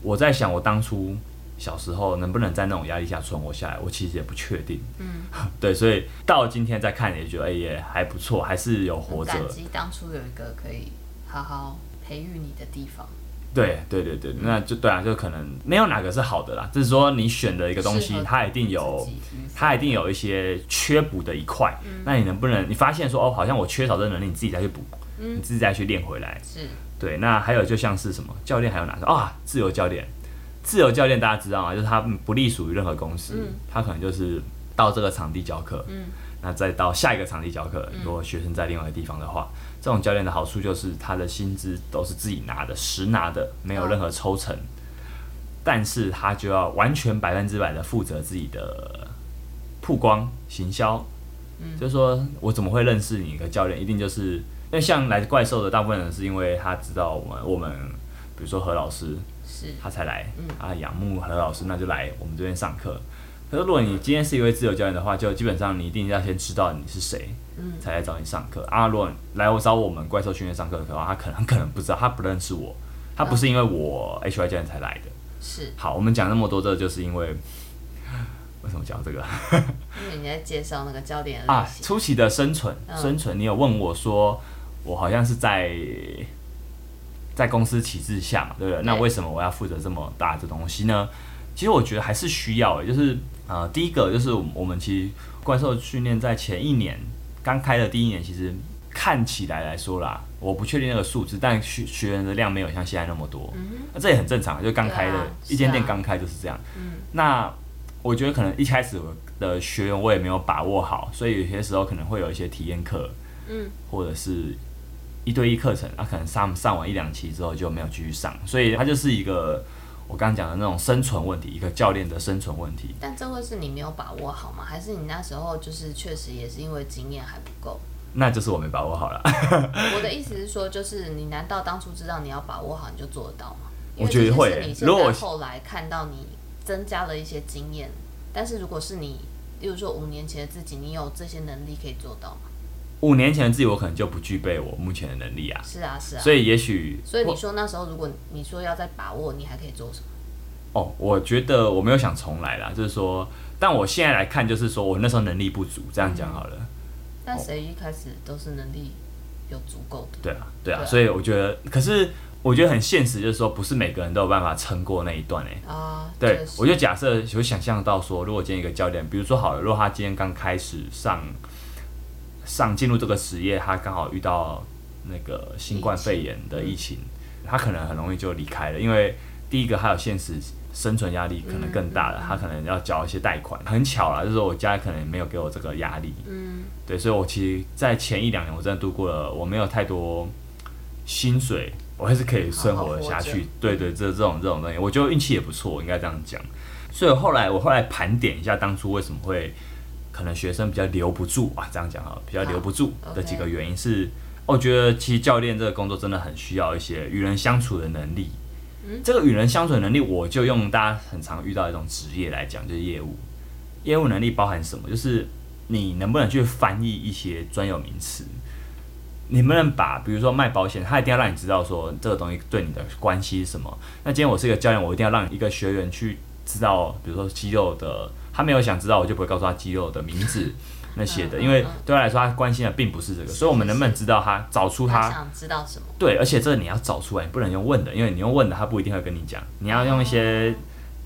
S1: 我在想，我当初小时候能不能在那种压力下存活下来，我其实也不确定。嗯， 对，所以到今天再看也觉得，哎、也还不错，还是有活
S2: 很
S1: 着。
S2: 感激当初有一个可以好好培育你的地方，
S1: 对对对对，那就对啊，就可能没有哪个是好的啦，只是说你选的一个东西
S2: 适合，
S1: 它一定有
S2: 自己嗯与否
S1: 它一定有一些缺补的一块。那你能不能你发现说哦，好像我缺少这能力，你自己再去补，
S2: 嗯
S1: 你自己再去练回来。
S2: 是
S1: 对，那还有就像是什么教练还有哪个啊？自由教练，自由教练大家知道吗？就是他不隶属于任何公司，他可能就是到这个场地教课，那再到下一个场地教课。如果学生在另外一个地方的话，这种教练的好处就是他的薪资都是自己拿的，实拿的，没有任何抽成，但是他就要完全百分之百的负责自己的曝光行销。就是说我怎么会认识你一个教练？一定就是因为像来怪兽的大部分人是因为他知道我们我们，比如说何老师，
S2: 是
S1: 他才来，啊，仰慕何老师，那就来我们这边上课。可是如果你今天是一位自由教练的话，就基本上你一定要先知道你是谁，才来找你上课啊。如果来我找我们怪兽训练上课的话，他可能可能不知道，他不认识我，他不是因为我 HY 教练才来的。
S2: 是，
S1: 好，我们讲那么多，这就是因为为什么讲这个？
S2: 因为你在介绍那个教练的类
S1: 啊，
S2: 型，
S1: 初期的生存，
S2: 嗯
S1: 生存，你有问我说，我好像是在在公司体制下嘛，对不对？那为什么我要负责这么大的东西呢？其实我觉得还是需要、欸，就是呃，第一个就是我们我们其实怪兽训练在前一年刚开的第一年，其实看起来来说啦，我不确定那个数字，但学学员的量没有像现在那么多，那、这也很正常，就刚开的、
S2: 嗯对啊
S1: 一间店
S2: 是啊
S1: 刚开就是这样。那我觉得可能一开始我的学员我也没有把握好，所以有些时候可能会有一些体验课，
S2: 嗯，
S1: 或者是一对一课程，啊，可能上上完一两期之后就没有继续上，所以它就是一个我刚刚讲的那种生存问题，一个教练的生存问题。
S2: 但这会是你没有把握好吗？还是你那时候就是确实也是因为经验还不够？
S1: 那就是我没把握好了，
S2: 我的意思是说，就是你难道当初知道你要把握好，你就做得到吗？因
S1: 我
S2: 为
S1: 觉得
S2: 这些
S1: 会
S2: 是你现
S1: 如果
S2: 在
S1: 我
S2: 后来看到你增加了一些经验，但是如果是你，例如说五年前的自己，你有这些能力可以做到吗？
S1: 五年前的自己我可能就不具备我目前的能力啊，
S2: 是啊，是啊。
S1: 所以也许
S2: 所以
S1: 我
S2: 你说那时候，如果你说要再把握，你还可以做什么？
S1: 哦，我觉得我没有想重来啦，就是说，但我现在来看，就是说我那时候能力不足，这样讲好了。
S2: 嗯但谁一开始都是能力有足够的，
S1: 对啊，对啊，
S2: 对啊
S1: 所以我觉得，可是我觉得很现实，就是说，不是每个人都有办法撑过那一段诶、欸
S2: 啊，
S1: 对
S2: 确，实
S1: 我就假设有想象到说，如果今天一个教练，比如说好了，如果他今天刚开始上上进入这个职业，他刚好遇到那个新冠肺炎的疫嗯情，他可能很容易就离开了，因为第一个他有现实生存压力可能更大了，他可能要缴一些贷款。很巧啦，就是我家可能没有给我这个压力，
S2: 嗯，
S1: 对，所以我其实，在前一两年我真的度过了，我没有太多薪水，我还是可以生活下
S2: 好好活
S1: 去
S2: 着。
S1: 对对，这这种这种东西，我觉得运气也不错，应该这样讲。所以后来我后来盘点一下，当初为什么会可能学生比较留不住啊，这样讲啊，比较留不住
S2: 好
S1: 的几个
S2: OK
S1: 原因是，哦我觉得其实教练这个工作真的很需要一些与人相处的能力。
S2: 嗯
S1: 这个与人相处的能力，我就用大家很常遇到的一种职业来讲，就是业务。业务能力包含什么？就是你能不能去翻译一些专有名词？你能不能把，比如说卖保险，他一定要让你知道说这个东西对你的关系是什么？那今天我是一个教练，我一定要让一个学员去知道，比如说肌肉的，他没有想知道，我就不会告诉他肌肉的名字 那些的，因为对他来说，他关心的并不嗯是这个。所以，我们能不能知道他，找出
S2: 他
S1: 他
S2: 想知道什么？
S1: 对，而且这你要找出来，你不能用问的，因为你用问的他不一定会跟你讲，你要用一些，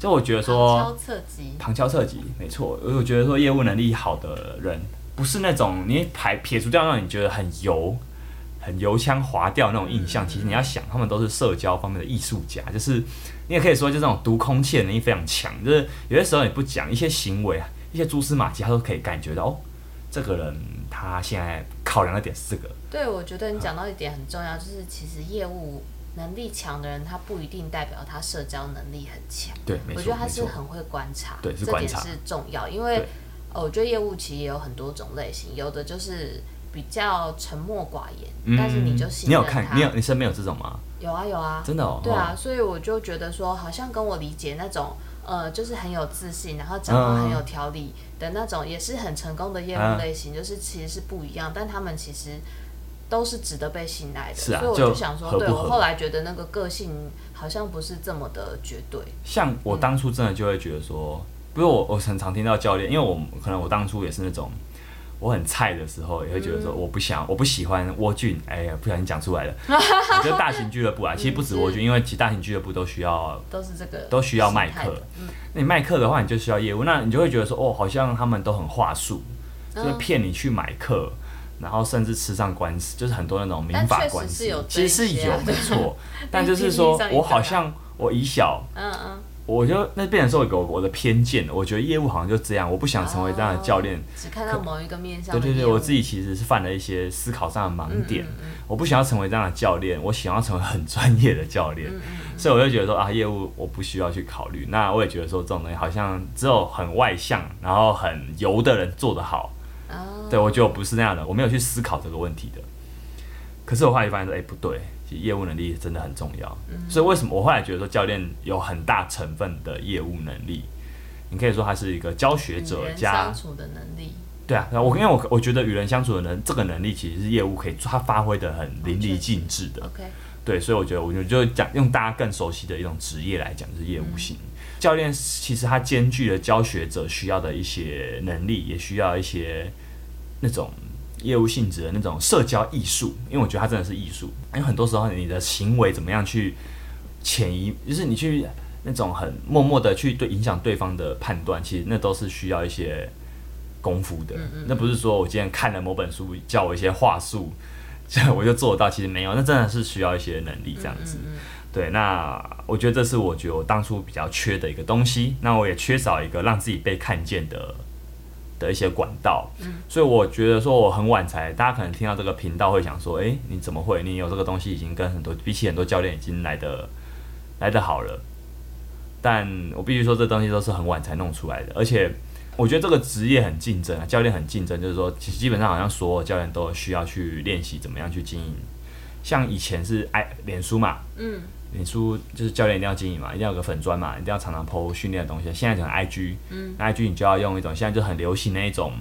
S1: 就我觉得说
S2: 敲侧击，
S1: 旁敲侧击，没错，我觉得说业务能力好的人，不是那种你排撇除掉让你觉得很油、很油腔滑调那种印象，其实你要想，他们都是社交方面的艺术家，就是你也可以说，就这种读空气的能力非常强，就是有些时候你不讲一些行为啊，一些蛛丝马迹，他都可以感觉到，哦，这个人他现在考量的点是这个。
S2: 对，我觉得你讲到一点很重要，就是其实业务能力强的人，他不一定代表他社交能力很强。
S1: 对，没
S2: 我
S1: 错，
S2: 觉得他
S1: 没
S2: 是
S1: 错
S2: 很会观察，
S1: 对是
S2: 这
S1: 观
S2: 点
S1: 察
S2: 是重要，因为
S1: 对
S2: 呃，我觉得业务其实也有很多种类型，有的就是比较沉默寡言，但是你就
S1: 嗯
S2: 信
S1: 你
S2: 任
S1: 有
S2: 他，
S1: 看你有你身边有这种吗？
S2: 有啊有啊，
S1: 真的哦，
S2: 对啊，
S1: 哦，
S2: 所以我就觉得说，好像跟我理解那种。呃，就是很有自信，然后讲话很有条理的那种，也是很成功的业务
S1: 嗯
S2: 类型，就是其实是不一样，但他们其实都是值得被信赖的。
S1: 是啊
S2: 所以我
S1: 就
S2: 就想说，
S1: 合不
S2: 对我
S1: 合
S2: 后来觉得那个个性好像不是这么的绝对。
S1: 像我当初真的就会觉得说，不是我我很常听到教练，因为我可能我当初也是那种。我很菜的时候，也会觉得说我不想，我不喜欢蜗菌。哎呀，不小心讲出来了。我觉得大型俱乐部啊，其实不止蜗菌，因为其实大型俱乐部都需要
S2: 都是这个
S1: 都需要卖
S2: 心态
S1: 课
S2: 的嗯
S1: 那你卖课的话，你就需要业务，那你就会觉得说，哦，好像他们都很话术，
S2: 嗯
S1: 就是骗你去买课，然后甚至吃上官司，就是很多那种民
S2: 但
S1: 法
S2: 确实
S1: 官
S2: 是
S1: 司
S2: 有，这
S1: 其实
S2: 一
S1: 是
S2: 些
S1: 有
S2: 啊
S1: 没错，但就是
S2: PPT
S1: 说
S2: 上一
S1: 我
S2: 堆
S1: 好
S2: 啊
S1: 像我以小
S2: 嗯嗯，
S1: 我就那变成说我我的偏见了，我觉得业务好像就这样，我不想成为这样的教练。
S2: 只看到某一个面
S1: 对
S2: 向的业务。嗯
S1: 对对，我自己其实是犯了一些思考上的盲点，我不想要成为这样的教练，我想要成为很专业的教练，
S2: 嗯
S1: 所以我就觉得说啊，业务我不需要去考虑。那我也觉得说这种东西好像只有很外向，然后很油的人做得好。
S2: 啊，
S1: 对，我觉得我不是那样的，我没有去思考这个问题的。可是我后来发现说，哎、不对，其实业务能力真的很重要。
S2: 嗯
S1: 所以为什么我后来觉得说，教练有很大成分的业务能力？你可以说他是一个教学
S2: 与
S1: 者
S2: 人
S1: 加
S2: 相处的能力，
S1: 对啊，我因为我我觉得与人相处的能这个能力，其实是业务可以他发挥的很淋漓尽致的。
S2: OK，
S1: 对，所以我觉得我就就讲用大家更熟悉的一种职业来讲，就是业务型、教练。其实他兼具了教学者需要的一些能力，也需要一些那种业务性质的那种社交艺术，因为我觉得它真的是艺术。因为很多时候你的行为怎么样去潜移，就是你去那种很默默的去对影响对方的判断，其实那都是需要一些功夫的。那不是说我今天看了某本书教我一些话术，这样我就做得到，其实没有，那真的是需要一些能力这样子。对，那我觉得这是我觉得我当初比较缺的一个东西，那我也缺少一个让自己被看见的的一些管道，所以我觉得说我很晚才，大家可能听到这个频道会想说，诶，你怎么会？你有这个东西已经跟很多比起很多教练已经来的来的好了，但我必须说这东西都是很晚才弄出来的，而且我觉得这个职业很竞争啊，教练很竞争，就是说其实基本上好像所有教练都需要去练习怎么样去经营，像以前是哎脸书嘛，
S2: 嗯，
S1: 脸书就是教练一定要经营嘛，一定要有个粉砖嘛，一定要常常 PO 训练的东西。现在可能 IG，嗯，那 IG 你就要用一种现在就很流行那一种，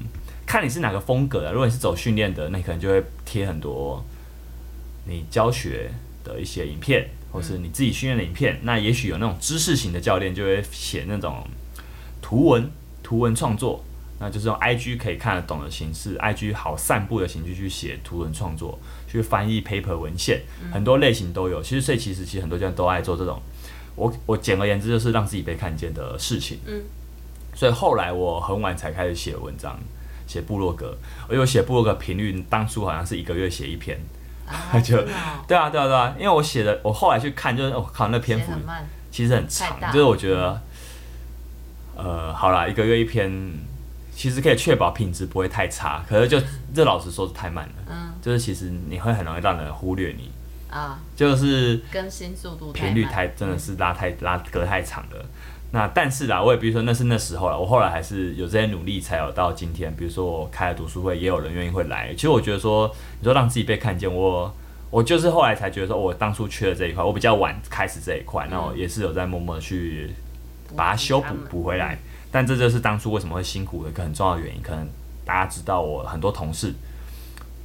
S1: 看你是哪个风格的。如果你是走训练的，那你可能就会贴很多你教学的一些影片，或是你自己训练的影片。那也许有那种知识型的教练就会写那种图文图文创作，那就是用 IG 可以看得懂的形式，IG 好散步的形式去写图文创作，去翻译 paper 文献，
S2: 嗯
S1: 很多类型都有。其实所以其实其实很多教练都爱做这种，我我简而言之就是让自己被看见的事情。
S2: 嗯，
S1: 所以后来我很晚才开始写文章，写部落格，而我写部落格频率当初好像是一个月写一篇。
S2: 啊
S1: 就
S2: 真的哦
S1: 对啊，对啊，对啊，因为我写的，我后来去看，就是我哦靠，那篇
S2: 写
S1: 幅
S2: 很慢，
S1: 其实很
S2: 太
S1: 长
S2: 大，
S1: 就是我觉得，呃，好啦，一个月一篇，其实可以确保品质不会太差，可是就这老实说是太慢了，
S2: 嗯
S1: 就是其实你会很容易让人忽略你，
S2: 啊，
S1: 就是
S2: 更新速度
S1: 频率
S2: 慢
S1: 太真的是拉太拉隔太长了。那但是啦，我也比如说那是那时候啦，我后来还是有这些努力才有到今天。比如说我开了读书会，也有人愿意会来。其实我觉得说，你说让自己被看见，我我就是后来才觉得说，我当初缺了这一块，我比较晚开始这一块，那我也是有在默默地去把它修补补回来。但这就是当初为什么会辛苦的一个很重要的原因。可能大家知道，我很多同事，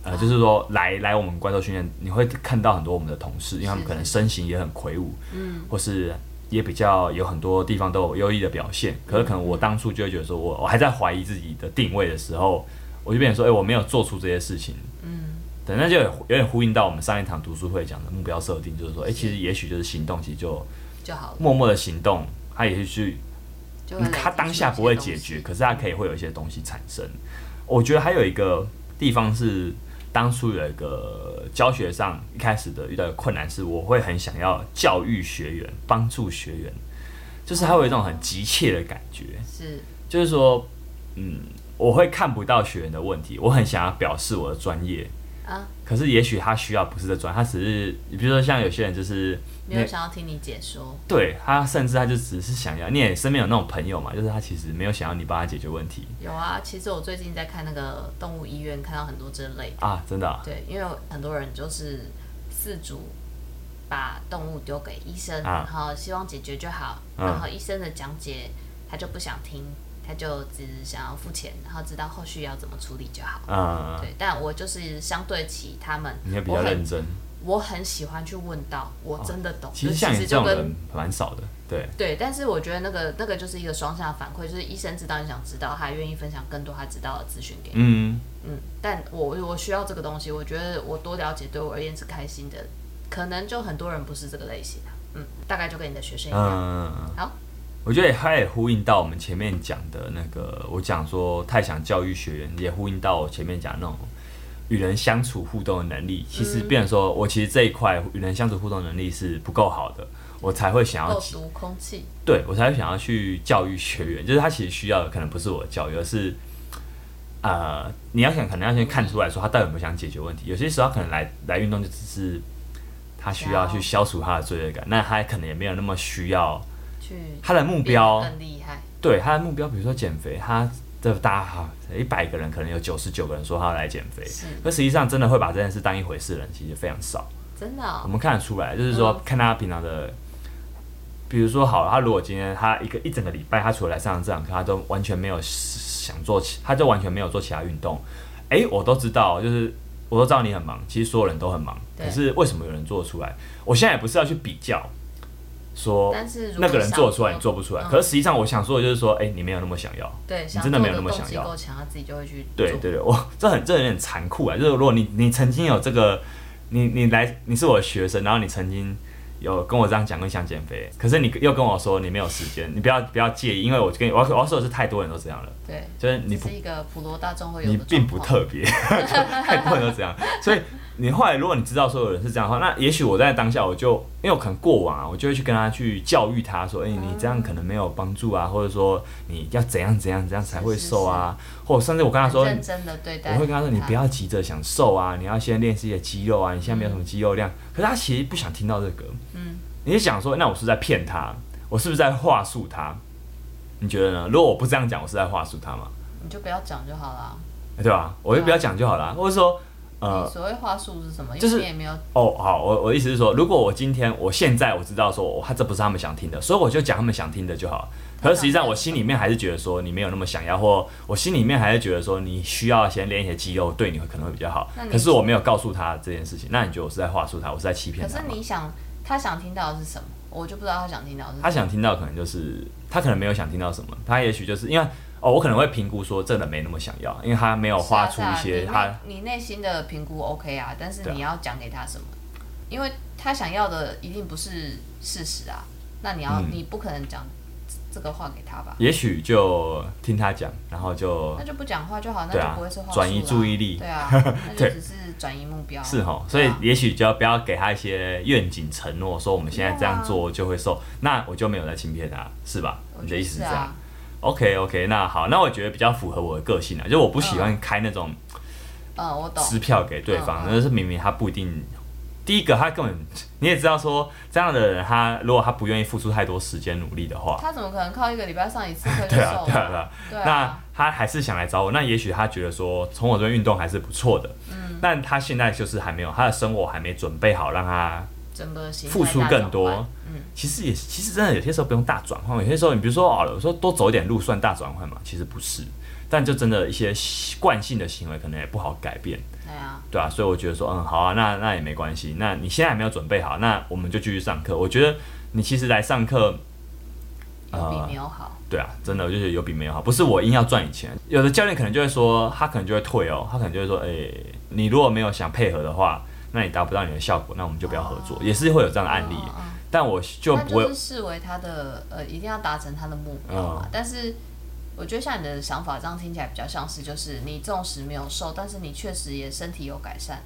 S1: 呃，就是说来来我们怪兽训练，你会看到很多我们的同事，因为他们
S2: 是
S1: 可能
S2: 是
S1: 身形也很魁梧，嗯，或是也比较有很多地方都有优异的表现。可是可能我当初就会觉得说我，我还在怀疑自己的定位的时候，我就变成说，哎、我没有做出这些事情，嗯。对，那就有有点呼应到我们上一堂读书会讲的目标设定，就是说，哎、其实也许就是行动，其实就
S2: 就好了，
S1: 默默的行动，它也许去
S2: 就会
S1: 你
S2: 累积
S1: 它当下不会解决，
S2: 出
S1: 可是它可以会有一些东西产生。我觉得还有一个地方是，当初有一个教学上一开始的遇到的困难是，我会很想要教育学员，帮助学员，就是他会有一种很急切的感觉，
S2: 一些东西是
S1: 就是说，嗯，我会看不到学员的问题，我很想要表示我的专业，
S2: 啊，
S1: 可是也许他需要不是这专，他只是，比如说像有些人就是
S2: 没有想要听你解说，
S1: 对他，甚至他就只是想要，你也身边有那种朋友嘛，就是他其实没有想要你帮他解决问题
S2: 有啊，其实我最近在看那个动物医院，看到很多这类的
S1: 啊，真的啊、
S2: 对，因为很多人就是自主把动物丢给医生，
S1: 啊
S2: 然后希望解决就好，
S1: 嗯
S2: 然后医生的讲解他就不想听，他就只想要付钱，然后知道后续要怎么处理就好。
S1: 嗯，
S2: 对，但我就是相对起他们，
S1: 你会比
S2: 我
S1: 较
S2: 很
S1: 认真。
S2: 我很喜欢去问到，我真的懂。
S1: 嗯其
S2: 就
S1: 实像你这
S2: 就
S1: 种
S2: 跟
S1: 人蛮少的，对，
S2: 对，但是我觉得那个那个就是一个双向反馈，就是医生知道你想知道，他愿意分享更多他知道的资讯给你。
S1: 嗯，
S2: 嗯，但我我需要这个东西，我觉得我多了解对我而言是开心的，可能就很多人不是这个类型啊。嗯，大概就跟你的学生一样。
S1: 嗯，
S2: 好，
S1: 我觉得它也呼应到我们前面讲的那个，我讲说太想教育学员，也呼应到我前面讲那种与人相嗯嗯处互动的能力。其实，变成说我其实这一块与人相处互动能力是不够好的，我才会想要
S2: 构读空气，
S1: 对我才会想要去教育学员，就是他其实需要的可能不是我的教育，而是呃，你要想可能要先看出来说他到底有没有想解决问题。有些时候他可能来来运动就只是他需要去消除他的罪恶感，那他可能也没有那么需要
S2: 去
S1: 他的目
S2: 目
S1: 标，
S2: 更厉害，
S1: 对他的目标，比如说减肥，他的大家一百个人可能有九十九个人说他要来减肥，
S2: 是
S1: 可实际上真的会把这件事当一回事的人其实非常少。
S2: 真的哦、
S1: 我们看得出来，就是
S2: 嗯
S1: 说看他平常的，比如说好了，他如果今天他一个一整个礼拜，他除了来上这堂课，他都完全没有想做其，他就完全没有做其他运动。诶，我都知道，就是我都知道你很忙，其实所有人都很忙，
S2: 对
S1: 可是为什么有人做得出来？我现在也不是要去比较，说
S2: 但是如果
S1: 嗯那个人做得出来，
S2: 想
S1: 你做不出来。
S2: 嗯
S1: 可是实际上，我想说的就是说，诶，你没有那么想要。
S2: 对，
S1: 你
S2: 想
S1: 真的没有
S2: 做
S1: 那么
S2: 动
S1: 想
S2: 机
S1: 要
S2: 够强，他自己就会去
S1: 对
S2: 做
S1: 对对，我这很这有点残酷啊！就是如果你你曾经有这个，你你来你是我的学生，然后你曾经有跟我这样讲过你想减肥，可是你又跟我说你没有时间，你不要不要介意，因为我跟你我要我要说的是太多人都这样了，
S2: 对，
S1: 就是你
S2: 这
S1: 不
S2: 是一个普罗大众会有
S1: 你
S2: 的
S1: 并不
S2: 状况
S1: 特别， 太多人都这样，所以你后来如果你知道说有人是这样的话，那也许我在当下我就因为我可能过往啊，我就会去跟他去教育他说，哎、你这
S2: 嗯
S1: 样可能没有帮助啊，或者说你要怎样怎样怎样才会
S2: 是是
S1: 瘦啊，或者甚至我跟他
S2: 很
S1: 说。
S2: 认真的对待，
S1: 我会跟他说：“你不要急着想瘦啊，你要先练自己的肌肉啊，你现在没有什么肌肉量。”可是他其实不想听到这个，
S2: 嗯，
S1: 你就想说：“那我是不是在骗他？我是不是在话术他？”你觉得呢？如果我不这样讲，我是在话术他吗？
S2: 你就不要讲就好了。啊
S1: 对吧？我就不要讲就好了，或者说，呃
S2: 你，所谓话术是什么？因
S1: 就
S2: 为
S1: 是
S2: 你也没有
S1: 哦，好，我我意思是说，如果我今天我现在我知道说，我他这不是他们想听的，所以我就讲他们想听的就好。可是实际上，我心里面还是觉得说你没有那么想要，或我心里面还是觉得说你需要先练一些肌肉，对你会可能会比较好
S2: 那。你
S1: 可是我没有告诉他这件事情，那你觉得我是在话术他，我是在欺骗
S2: 可
S1: 他
S2: 是
S1: 吗？
S2: 你想，他想听到的是什么？我就不知道他想听到的是什
S1: 他
S2: 么。
S1: 想听到可能就是他可能没有想听到什么，他也许就是因为哦，我可能会评估说这人没那么想要，因为他没有花出
S2: 是啊
S1: 一
S2: 是啊
S1: 些
S2: 你内
S1: 他、
S2: 你内心的评估 OK 啊，但是
S1: 对啊
S2: 你要讲给他什么？因为他想要的一定不是事实啊。那你要，
S1: 嗯
S2: 你不可能讲这这个话给他吧？
S1: 也许就听他讲，然后就
S2: 那就不讲话就好，那
S1: 对啊
S2: 就不会是话术啦
S1: 转移注意力
S2: 对啊，那就
S1: 对
S2: 只是转移目标。
S1: 是哈，所
S2: 对
S1: 以
S2: 啊
S1: 也许就要不要给他一些愿景承诺，说我们现在这样做就会瘦，那我就没有在欺骗他，是吧？
S2: 我
S1: 你
S2: 觉
S1: 的
S2: 得
S1: 意思
S2: 是
S1: 是这样
S2: 啊，
S1: ？OK OK，那好，那我觉得比较符合我的个性啊，就我不喜欢开那种
S2: 嗯，我懂。
S1: 支票给对方，
S2: 嗯嗯
S1: 就是明明他不一定。第一个，他根本你也知道说，这样的人他如果他不愿意付出太多时间努力的话，
S2: 他怎么可能靠一个礼拜上 一次课就
S1: 对
S2: 瘦
S1: 啊
S2: 了？
S1: 对啊对啊，
S2: 对啊
S1: 那他还是想来找我，那也许他觉得说从我这边运动还是不错的，嗯，但他现在就是还没有他的生活还没准备好让他
S2: 整个形态
S1: 付出
S2: 大
S1: 更
S2: 转
S1: 多
S2: 换。嗯，
S1: 其实也其实真的有些时候不用大转换，有些时候你比如说哦，有时候多走一点路算大转换嘛，其实不是，但就真的一些习惯性的行为可能也不好改变，
S2: 对啊，
S1: 对啊，所以我觉得说嗯好啊，那那也没关系，那你现在还没有准备好，那我们就继续上课。我觉得你其实来上课，
S2: 有比
S1: 呃
S2: 没有好。
S1: 对啊，真的我就觉得有比没有好，不是我硬要赚你钱，有的教练可能就会说他可能就会退哦，他可能就会说哎、你如果没有想配合的话。那你达不到你的效果，那我们就不要合作，也是会有这样的案例。
S2: 嗯嗯
S1: 但我就
S2: 那
S1: 不会
S2: 就是视为他的呃，一定要达成他的目标嘛。
S1: 嗯
S2: 但是我觉得像你的想法，这样听起来比较像是，就是你纵使没有瘦，但是你确实也身体有改善，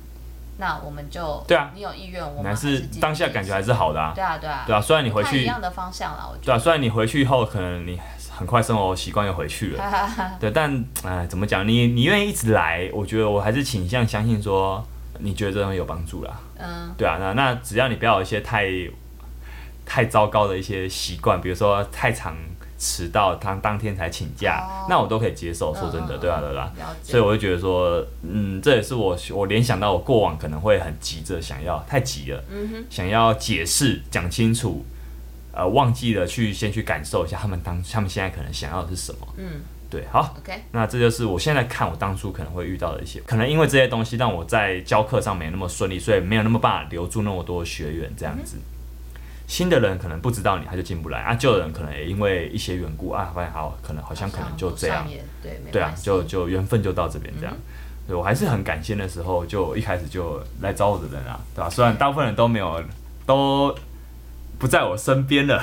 S2: 那我们就
S1: 对啊
S2: 你有意愿，我
S1: 还
S2: 们
S1: 是
S2: 继续
S1: 当下感觉还是好的啊，
S2: 对啊对啊
S1: 对啊。虽然你
S2: 你
S1: 回
S2: 一
S1: 去，
S2: 样的方向啦，我觉
S1: 对啊，虽然你回去以后可能你很快生活习惯又回去了， 对，
S2: 得。
S1: 但哎，怎么讲？你你愿意一直来，我觉得我还是倾向相信说，你觉得这东西有帮助啦，
S2: 嗯，
S1: 对啊，那那只要你不要有一些太太糟糕的一些习惯，比如说太常迟到，当当天才请假，
S2: 哦
S1: 那我都可以接受。说真的，
S2: 嗯
S1: 对啊，对啊。
S2: 了解。
S1: 所以我就觉得说，嗯，这也是我我联想到我过往可能会很急着想要太急了，
S2: 嗯哼，
S1: 想要解释讲清楚，呃，忘记了去先去感受一下他们当他们现在可能想要的是什么。
S2: 嗯
S1: 对，好，
S2: ，OK，
S1: 那这就是我现在看我当初可能会遇到的一些，可能因为这些东西让我在教课上没那么顺利，所以没有那么办法留住那么多学员这
S2: 嗯
S1: 样子。新的人可能不知道你，他就进不来啊；旧的人可能也因为一些缘故啊，发现好，可能好
S2: 好
S1: 像可能就这样
S2: 不上，也对，没
S1: 对啊
S2: 关，系嗯
S1: 就就缘分就到这边这样。对我还是很感谢那时候就一开始就来找我的人啊，对吧、虽然大部分人都没有都不在我身边 了。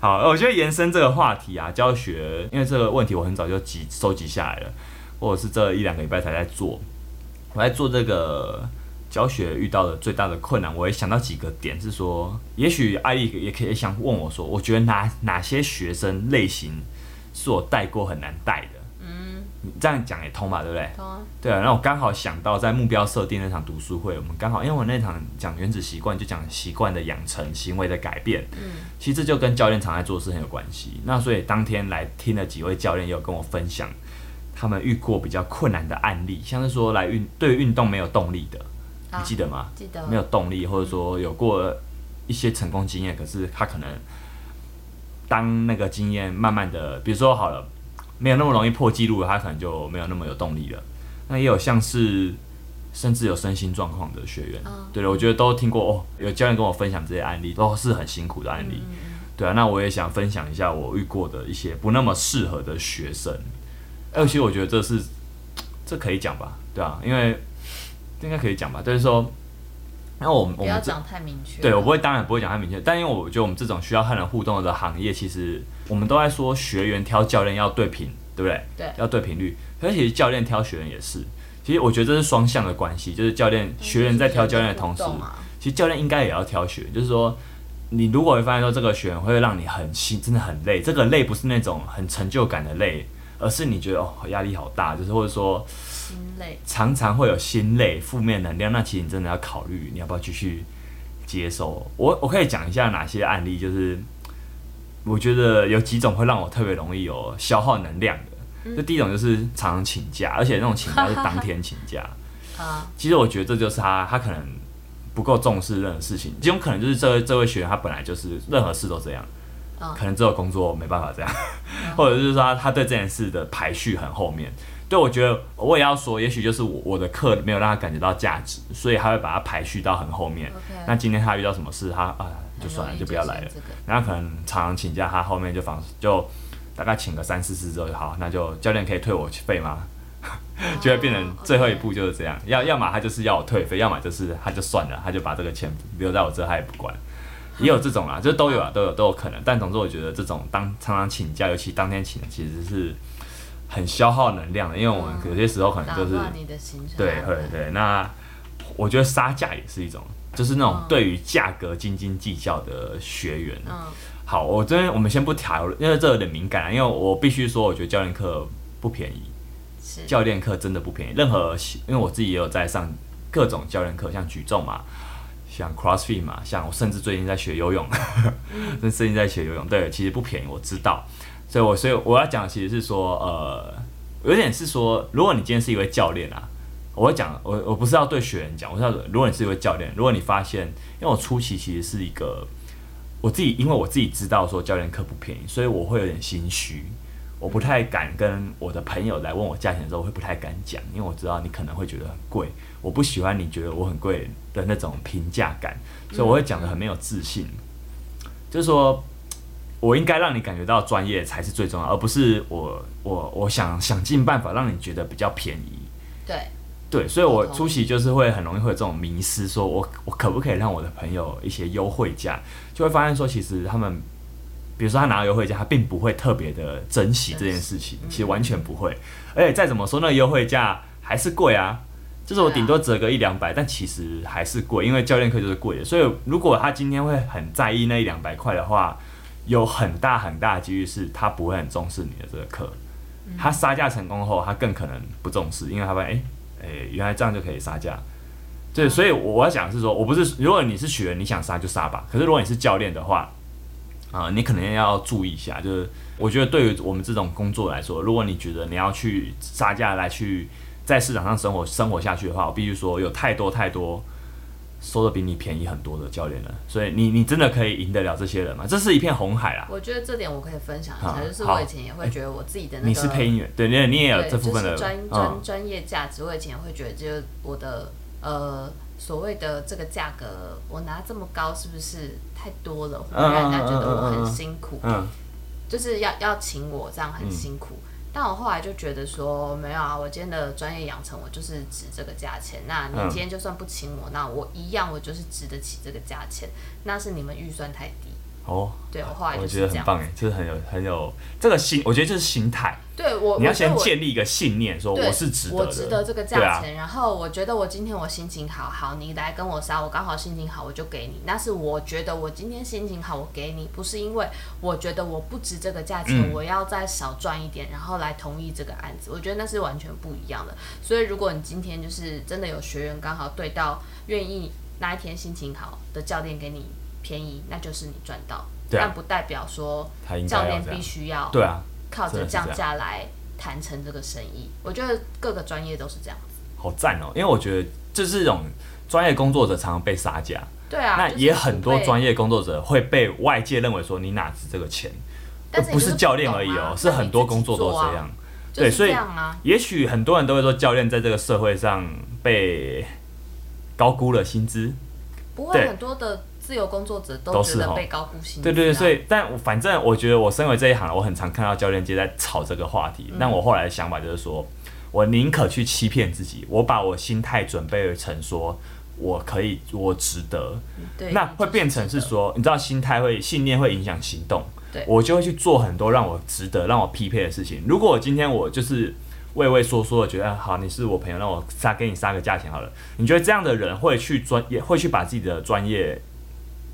S1: 好，我觉得延伸这个话题啊，教学，因为这个问题我很早就集收集下来了，或者是这一两个礼拜才在做。我在做这个教学遇到的最大的困难，我也想到几个点是说，也许艾丽也可以也想问我说，我觉得哪哪些学生类型是我带过很难带的？
S2: 嗯，
S1: 你这样讲也通吧，对不对？
S2: 懂啊，
S1: 对啊，那我刚好想到在目标设定那场读书会，我们刚好因为我那场讲原子习惯，就讲习惯的养成、行为的改变，
S2: 嗯，
S1: 其实这就跟教练常在做的事很有关系。那所以当天来听的几位教练也有跟我分享，他们遇过比较困难的案例，像是说来运对运动没有动力的，
S2: 啊
S1: 你记得吗？
S2: 记得
S1: 没有动力，或者说有过一些成功经验，可是他可能当那个经验慢慢的，比如说好了，没有那么容易破纪录了，他可能就没有那么有动力了。那也有像是甚至有身心状况的学员，
S2: 嗯
S1: 对的，我觉得都听过哦，有教练跟我分享这些案例，都是很辛苦的案
S2: 嗯
S1: 例。对啊，那我也想分享一下我遇过的一些不那么适合的学生，而且我觉得这是这可以讲吧，对啊，因为应该可以讲吧，就是说，那我们我
S2: 不要
S1: 们这
S2: 讲太明确。
S1: 对我不会，当然不会讲太明确，但因为我觉得我们这种需要和人互动的行业，其实我们都在说学员挑教练要对频，对不对？
S2: 对
S1: 要对频率，而且教练挑学员也是，其实我觉得这是双向的关系，就是教练学员在挑教练的同时，
S2: 嗯互动啊
S1: 其实教练应该也要挑选，就是说，你如果会发现说这个选会让你很心真的很累，这个累不是那种很成就感的累，而是你觉得哦压力好大，就是或者说
S2: 心累，
S1: 常常会有心累、负面能量，那其实你真的要考虑你要不要继续接受。我我可以讲一下哪些案例，就是我觉得有几种会让我特别容易有消耗能量的。就第一种就是常常请假，而且那种请假是当天请假。
S2: 啊，
S1: 其实我觉得这就是他，他可能不够重视任何事情，这种可能就是这位这位学员他本来就是任何事都这样，
S2: 嗯
S1: 可能只有工作没办法这样， 或者是说他他对这件事的排序很后面。对，我觉得我也要说，也许就是我我的课没有让他感觉到价值，所以他会把它排序到很后面。
S2: OK
S1: 那今天他遇到什么事，他啊就算了，
S2: 很容易
S1: 就不要来了
S2: 出。现这个
S1: 然后可能常常请假，他后面就反就大概请个三四次之后就好，那就教练可以退我费吗？ 就会变成最后一步就是这样，要要么他就是要我退费，要么就是他就算了，他就把这个钱留在我这，他也不管。也有这种啦，就都有啊，都有都有可能。但总之，我觉得这种当常常请假，尤其当天请，其实是很消耗能量的，因为我们有些时候可能
S2: 打
S1: 就是
S2: 乱你的行程安排。
S1: 对对对，那我觉得杀价也是一种，就是那种对于价格斤斤计较的学员。
S2: 嗯，
S1: 好，我这边我们先不讨论，因为这有点敏感啊，因为我必须说，我觉得教练课不便宜，
S2: 是
S1: 教练课真的不便宜。任何因为我自己也有在上各种教练课，像举重嘛，像 CrossFit 嘛，像我甚至最近在学游泳， 那最近在学游泳，对，其实不便宜，我知道。所以我所以我要讲的其实是说，呃，有点是说，如果你今天是一位教练啊，我会讲，我我不是要对学员讲，我是要如果你是一位教练，如果你发现，因为我初期其实是一个我自己，因为我自己知道说教练课不便宜，所以我会有点心虚，我不太敢跟我的朋友来问我价钱的时候，我会不太敢讲，因为我知道你可能会觉得很贵，我不喜欢你觉得我很贵的那种评价感，所以我会讲的很没有自信，就是说。我应该让你感觉到专业才是最重要，而不是我我我想想尽办法让你觉得比较便宜，
S2: 对，
S1: 对，所以我
S2: 我同意
S1: 出席就是会很容易会有这种迷失，说我我可不可以让我的朋友一些优惠价，就会发现说其实他们，比如说他拿到优惠价，他并不会特别的珍惜嗯这件事情，其实完全不会，而且再怎么说那个优惠价还是贵啊。就是我
S2: 对啊
S1: 顶多折个一两百，但其实还是贵，因为教练课就是贵的。所以如果他今天会很在意那一两百块的话，有很大很大的几率是他不会很重视你的这个课。
S2: 嗯
S1: 他杀价成功后，他更可能不重视，因为他发现，哎、诶、原来这样就可以杀价。对，所以我要讲的是说，我不是，如果你是学员，你想杀就杀吧。可是如果你是教练的话，啊、你可能要注意一下。就是我觉得对于我们这种工作来说，如果你觉得你要去杀价来去在市场上生活生活下去的话，我必须说有太多太多收的比你便宜很多的教练了。所以你你真的可以赢得了这些人吗？这是一片红海啦。
S2: 我觉得这点我可以分享一
S1: 好
S2: 下，就是
S1: 好
S2: 我以前也会觉得我自己的那个
S1: 你是配音员，对，你也你也有
S2: 对，
S1: 这部分的
S2: 就是专
S1: 嗯
S2: 专专业价值，我以前会觉得，就是我的呃所谓的这个价格，我拿这么高是不是太多了，会让人家觉得我很辛苦，
S1: 嗯。
S2: 就是要要请我这样很辛苦。但我后来就觉得说，没有啊，我今天的专业养成，我就是值这个价钱。那你
S1: 嗯
S2: 今天就算不请我，那我一样，我就是值得起这个价钱。那是你们预算太低。
S1: 哦，
S2: 对我后来
S1: 我
S2: 就
S1: 觉
S2: 是
S1: 得
S2: 这
S1: 很
S2: 样。
S1: 棒哎，就是很有很有这个心，我觉得就是心态，
S2: 对我，
S1: 你要
S2: 我觉得
S1: 先
S2: 我
S1: 建立一个信念，说
S2: 对，
S1: 我是值得
S2: 我
S1: 的，
S2: 值得这个
S1: 对
S2: 价
S1: 啊
S2: 钱。然后我觉得我今天我心情好，好，你来跟我杀，我刚好心情好，我就给你。但是我觉得我今天心情好，我给你，不是因为我觉得我不值这个价钱，
S1: 嗯
S2: 我要再少赚一点，然后来同意这个案子。我觉得那是完全不一样的。所以如果你今天就是真的有学员刚好对到愿意那一天心情好的教练给你便宜，那就是你赚到。
S1: 对啊
S2: 但不代表说
S1: 他应
S2: 教
S1: 该要
S2: 练
S1: 这
S2: 必
S1: 样，
S2: 须要
S1: 对啊，
S2: 靠
S1: 真
S2: 着
S1: 的是
S2: 降
S1: 这样
S2: 价来谈成这个生意。我觉得各个专业都是这样。
S1: 好赞哦，因为我觉得这是一种专业工作者常常被杀价，
S2: 对啊，
S1: 那也很多专
S2: 业，
S1: 业工作者会被外界认为说你哪值这个钱，
S2: 但是
S1: 呃
S2: 你
S1: 不
S2: 就是不
S1: 教练
S2: 懂
S1: 而已
S2: 啊
S1: 哦，
S2: 那
S1: 是
S2: 你
S1: 很多
S2: 自己
S1: 工作都
S2: 做啊
S1: 这样。
S2: 就
S1: 对
S2: 是
S1: 所以
S2: 这样啊，
S1: 也许很多人都会说，教练在这个社会上被高估了薪资。
S2: 不会
S1: 对
S2: 很多的自由工作者都
S1: 都
S2: 觉
S1: 是
S2: 得
S1: 哦
S2: 被高估薪资
S1: 对
S2: 啊。
S1: 对对，所以但我反正我觉得我身为这一行，我很常看到教练界在吵这个话
S2: 嗯
S1: 题。但我后来的想法就是说，我宁可去欺骗自己，我把我心态准备成说。我可以，我值得。
S2: 对
S1: 那会变成是，说，你知道，心态会、信念会影响行动。
S2: 对
S1: 我就会去做很多让我值得、让我匹配的事情。如果我今天我就是畏畏缩缩的，觉得啊好，你是我朋友，那我杀给你杀个价钱好了。你觉得这样的人会去专也会去把自己的专业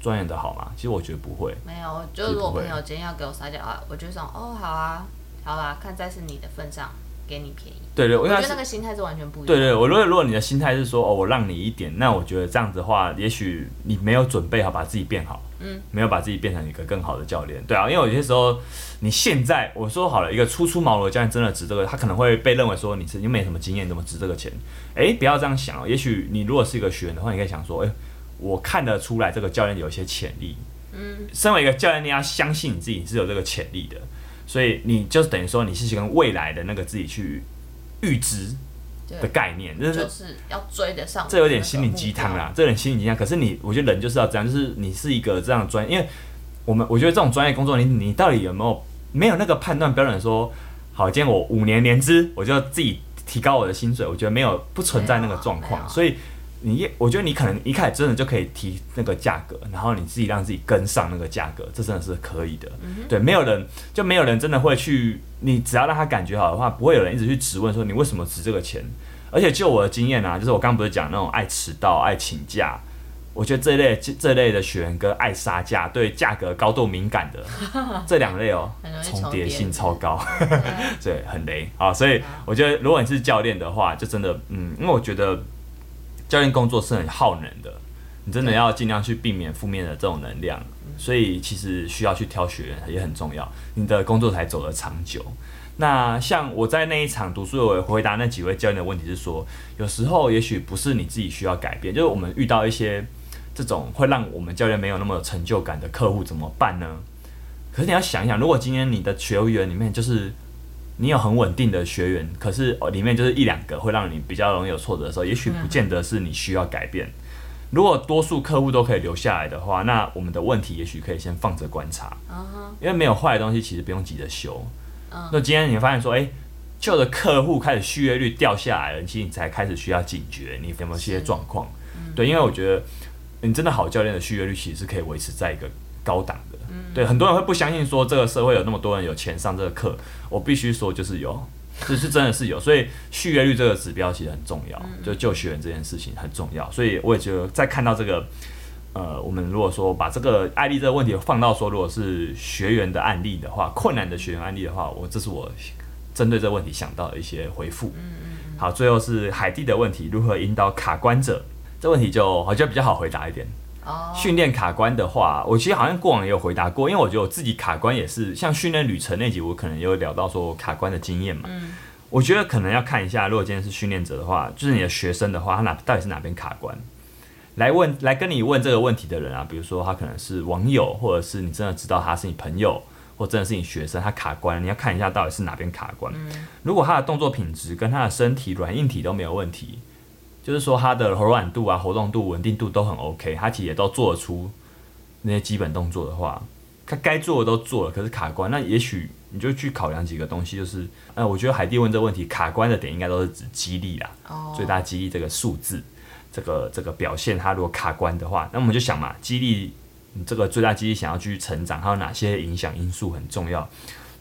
S1: 钻研的好吗？其实我觉得不会。
S2: 没有，就是如果
S1: 不会
S2: 朋友今天要给我撒娇啊，我就想哦，好啊，好啦，看在是你的份上，给你便宜。
S1: 对对，我
S2: 我
S1: 应该
S2: 觉得
S1: 是
S2: 那个心态是完全不一样。
S1: 对对，我如果如果你的心态是说哦，我让你一点，那我觉得这样子的话，也许你没有准备好把自己变好，
S2: 嗯，
S1: 没有把自己变成一个更好的教练，对啊，因为有些时候你现在我说好了，一个初出茅庐的教练真的值这个，他可能会被认为说你是你没什么经验，你怎么值这个钱？诶，不要这样想哦，也许你如果是一个学员的话，你可以想说，诶，我看得出来这个教练有一些潜力，
S2: 嗯，
S1: 身为一个教练，你要相信你自己是有这个潜力的，所以你就等于说你是跟未来的那个自己去预知的
S2: 对，
S1: 概念，这是
S2: 就是要追得上。
S1: 这有点心灵鸡汤。
S2: 嗯
S1: 啦，这有点心灵鸡汤。可是你，我觉得人就是要这样，就是你是一个这样的专业，因为我们我觉得这种专业工作，你你到底有没有没有那个判断标准说，好，今天我五年年资，我就要自己提高我的薪水，我觉得没有不存在那个状
S2: 没有
S1: 况，
S2: 啊
S1: 所以。你也，我觉得你可能一开始真的就可以提那个价格，然后你自己让自己跟上那个价格，这真的是可以的。
S2: 嗯
S1: 对，没有人就没有人真的会去，你只要让他感觉好的话，不会有人一直去质问说你为什么值这个钱。而且就我的经验啊，就是我刚不是讲那种爱迟到、爱请假，我觉得这一类这这类的学员跟爱杀价、对价格高度敏感的这两类哦
S2: 很容，易
S1: 重
S2: 重
S1: 叠
S2: 叠
S1: 性超高，对，很雷啊。所以我觉得，如果你是教练的话，就真的嗯，因为我觉得教练工作是很耗能的，你真的要尽量去避免负面的这种能量。所以其实需要去挑学员也很重要，你的工作才走得长久。那像我在那一场读书会回答那几位教练的问题是说，有时候也许不是你自己需要改变，就是我们遇到一些这种会让我们教练没有那么有成就感的客户怎么办呢？可是你要想一想，如果今天你的学员里面就是你有很稳定的学员，可是哦里面就是一两个会让你比较容易有挫折的时候，也许不见得是你需要改变。如果多数客户都可以留下来的话，那我们的问题也许可以先放着观察，
S2: 嗯哼，
S1: 因为没有坏的东西其实不用急着修。
S2: 嗯
S1: 那今天你发现说，哎、旧的客户开始续约率掉下来了，其实你才开始需要警觉，你有没有一些状况？对，因为我觉得你真的好教练的续约率其实是可以维持在一个高档的。对，很多人会不相信说这个社会有那么多人有钱上这个课，我必须说就是有，这是真的是有，所以续约率这个指标其实很重要，就就学员这件事情很重要，所以我也觉得在看到这个。呃，我们如果说把这个案例这个问题放到说，如果是学员的案例的话，困难的学员案例的话，我这是我针对这个问题想到的一些回复。好，最后是海蒂的问题，如何引导卡关者？这问题就好像比较好回答一点。
S2: 哦，
S1: 训练卡关的话，我其实好像过往也有回答过，因为我觉得我自己卡关也是像训练旅程那集，我可能也有聊到说我卡关的经验嘛。
S2: 嗯
S1: 我觉得可能要看一下，如果今天是训练者的话，就是你的学生的话，他哪到底是哪边卡关？来问来跟你问这个问题的人啊，比如说他可能是网友，或者是你真的知道他是你朋友，或真的是你学生，他卡关，你要看一下到底是哪边卡关。如果他的动作品质跟他的身体软硬体都没有问题，就是说他的柔软度啊、活动度、稳定度都很 OK，他其实也都做得出那些基本动作的话，他该做的都做了，可是卡关，那也许你就去考量几个东西，就是，呃，我觉得海蒂问这个问题，卡关的点应该都是指激励啦，
S2: 哦，
S1: 最大激励这个数字，这个这个表现，它如果卡关的话，那我们就想嘛，激励你这个最大肌力想要去成长，还有哪些影响因素很重要。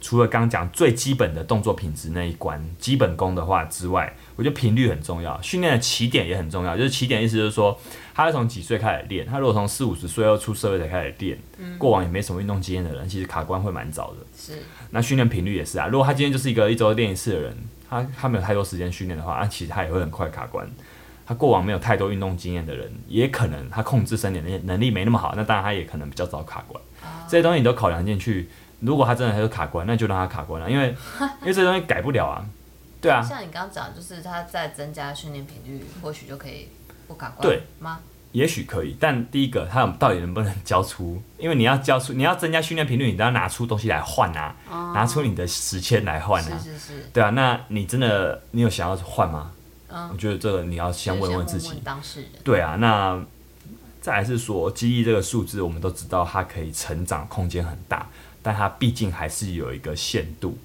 S1: 除了刚讲最基本的动作品质那一关基本功的话之外，我觉得频率很重要，训练的起点也很重要。就是起点意思就是说，他是从几岁开始练，他如果从四五十岁要出社会才开始练，过往也没什么运动经验的人，其实卡关会蛮早的。
S2: 是
S1: 那训练频率也是啊。如果他今天就是一个一周练一次的人，他他没有太多时间训练的话，那、其实他也会很快卡关。他过往没有太多运动经验的人，也可能他控制身体的能力没那么好，那当然他也可能比较早卡关。这些东西你都考量进去。如果他真的还是卡关，那就让他卡关啊了、因为因为这东西改不了啊。对啊，
S2: 像你刚刚讲，就是他在增加训练频率，或许就可以不卡关，
S1: 对
S2: 吗？
S1: 也许可以，但第一个，它到底能不能交出？因为你要交出，你要增加训练频率，你都要拿出东西来换啊，拿出你的时间来换啊。
S2: 是是是，
S1: 对啊，那你真的你有想要换吗？
S2: 嗯
S1: 我觉得这个你要先问问自己。
S2: 当事人。
S1: 对啊，那再来是说，记忆这个数字，我们都知道它可以成长空间很大，但它毕竟还是有一个限度，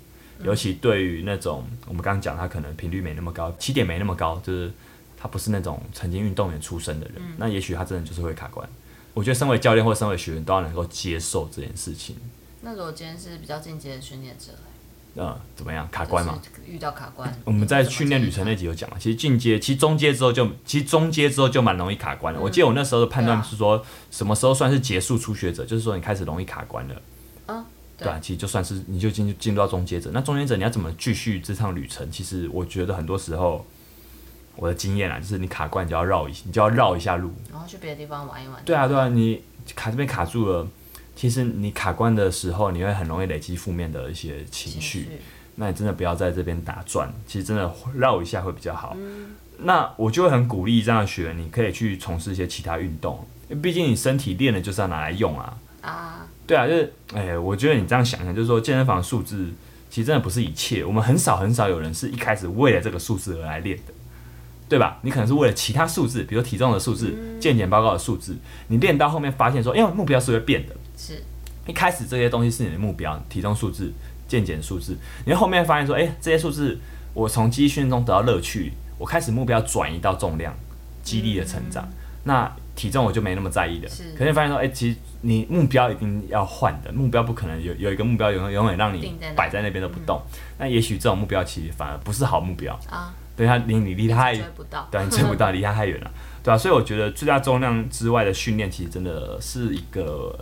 S1: 尤其对于那种我们刚刚讲，它可能频率没那么高，起点没那么高，就是他不是那种曾经运动员出身的人，那也许他真的就是会卡关。我觉得身为教练或身为学员都要能够接受这件事情，
S2: 那如果今天是比较进阶的训练者，
S1: 呃，怎么样？卡关嘛，
S2: 就是遇到卡关，
S1: 我们在训练旅程那集有讲嘛，其实进阶，其实中阶之后就，其实中阶之后就蛮容易卡关了。我记得我那时候的判断是说，什么时候算是结束初学者，就是说你开始容易卡关了。
S2: 嗯对
S1: 对啊，其实就算是你就进进入到中阶者，那中间者你要怎么继续这趟旅程？其实我觉得很多时候，我的经验啊，就是你卡关，你就要绕一，你就要绕一下路。
S2: 然后去别的地方玩一玩。
S1: 对啊，对啊，你卡这边卡住了，其实你卡关的时候，你会很容易累积负面的一些情
S2: 情
S1: 绪。
S2: 绪
S1: 那你真的不要在这边打转，其实真的绕一下会比较好。那我就会很鼓励这样的学员，你可以去从事一些其他运动，因为毕竟你身体练了就是要拿来用啊。
S2: 啊，
S1: 对啊，就是哎、我觉得你这样想想，就是说健身房的数字其实真的不是一切，我们很少很少有人是一开始为了这个数字而来练的，对吧？你可能是为了其他数字，比如体重的数字、健检报告的数字，你练到后面发现说，因为目标是会变的，
S2: 是
S1: 一开始这些东西是你的目标，体重数字、健检数字，你后面发现说，哎、这些数字我从肌训中得到乐趣，我开始目标转移到重量、肌力的成长，那体重我就没那么在意了
S2: 嗯是。
S1: 可是你发现说，哎、其实你目标一定要换的，目标不可能有有一个目标永远永远让你
S2: 定在那嗯
S1: 摆在那边都不动。那也许这种目标其实反而不是好目标，
S2: 啊，
S1: 对它离你离它
S2: 追不到。
S1: 对，你追不到，离他太远了，对啊，所以我觉得最大重量之外的训练，其实真的是一个，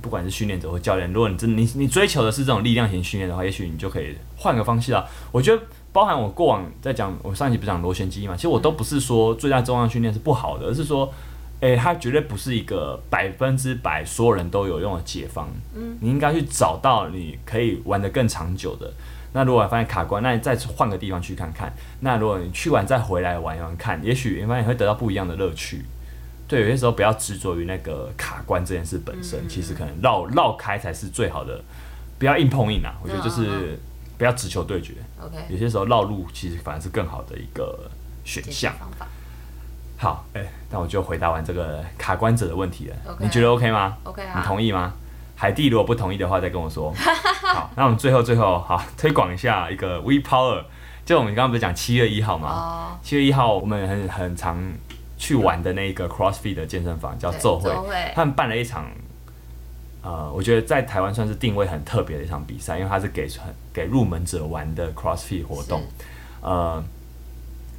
S1: 不管是训练者或教练，如果你真的你你追求的是这种力量型训练的话，也许你就可以换个方式啊。我觉得包含我过往在讲，我上一集不是讲螺旋肌嘛，其实我都不是说最大重量训练是不好的，而是说。诶、它绝对不是一个百分之百所有人都有用的解方。嗯，你应该去找到你可以玩得更长久的。那如果发现卡关，那你再换个地方去看看。那如果你去完再回来玩一玩看，也许你发现你会得到不一样的乐趣。对，有些时候不要执着于那个卡关这件事本身，
S2: 嗯
S1: 其实可能绕绕开才是最好的。不要硬碰硬啊，我觉得就
S2: 嗯嗯
S1: 是不要直球对决。
S2: OK，
S1: 有些时候绕路其实反而是更好的一个选
S2: 解决
S1: 项。
S2: 方法
S1: 好，哎、那我就回答完这个卡关者的问题了。
S2: OK
S1: 你觉得 OK 吗？
S2: OK
S1: 你
S2: 啊，
S1: 同意吗？海蒂如果不同意的话，再跟我 说。好，那我们最后最后好推广一下一个 We Power，就我们刚刚不是讲七月一号吗？
S2: 哦，
S1: 七、月一号我们很很常去玩的那个 CrossFit 的健身房叫
S2: 对
S1: 奏会
S2: 奏会，
S1: 他们办了一场，呃，我觉得在台湾算是定位很特别的一场比赛，因为它是给很给入门者玩的 CrossFit 活动。呃，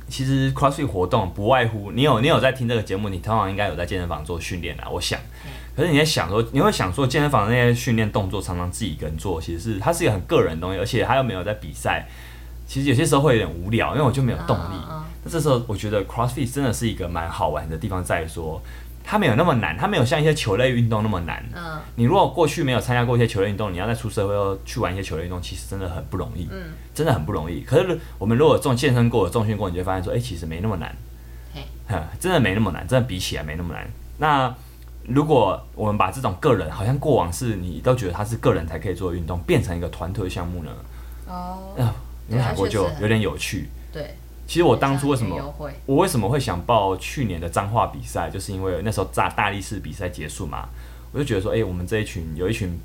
S1: 其实 CrossFit 活动不外乎你有你有在听这个节目，你通常应该有在健身房做训练啦，我想。可是你在想说，你会想说健身房那些训练动作常常自己一个人做，其实是它是一个很个人的东西，而且它又没有在比赛，其实有些时候会有点无聊，因为我就没有动力。
S2: 嗯嗯
S1: 那这时候我觉得 CrossFit 真的是一个蛮好玩的地方，在于说它没有那么难，它没有像一些球类运动那么难。
S2: 嗯，
S1: 你如果过去没有参加过一些球类运动，你要在出社会后去玩一些球类运动，其实真的很不容易，
S2: 嗯
S1: 真的很不容易。可是我们如果重健身过、有重训过，你就会发现说，哎、其实没那么难
S2: 嘿，
S1: 哼真的没那么难，真的比起来没那么难。那如果我们把这种个人，好像过往是你都觉得它是个人才可以做的运动，变成一个团队项目呢？
S2: 哦，
S1: 啊、你
S2: 对
S1: 想过
S2: 它确实
S1: 就
S2: 很
S1: 有点有趣。
S2: 对。
S1: 其实我当初为什
S2: 这
S1: 么
S2: 样有优惠？
S1: 我为什么会想报去年的彰化比赛，就是因为那时候大大力士比赛结束嘛，我就觉得说，哎、我们这一群有一群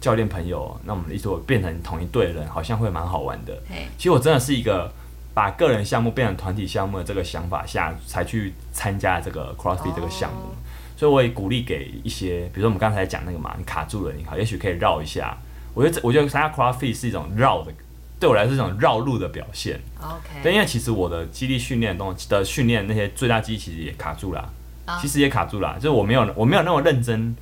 S1: 教练朋友，那我们一起变成同一队的人，好像会蛮好玩的。
S2: 嘿，
S1: 其实我真的是一个把个人项目变成团体项目的这个想法下，才去参加这个 CrossFit 这个项目。所以我也鼓励给一些，比如说我们刚才讲那个嘛，你卡住了，你好，也许可以绕一下。我觉得这我觉得参加 CrossFit 是一种绕的，对我来说是一种绕路的表现。对，
S2: ，OK，
S1: 因为其实我的肌力训练的东西的训练那些最大肌力其实也卡住了啊、
S2: 啊
S1: 其实也卡住了啊，就是我没有我没有那么认真，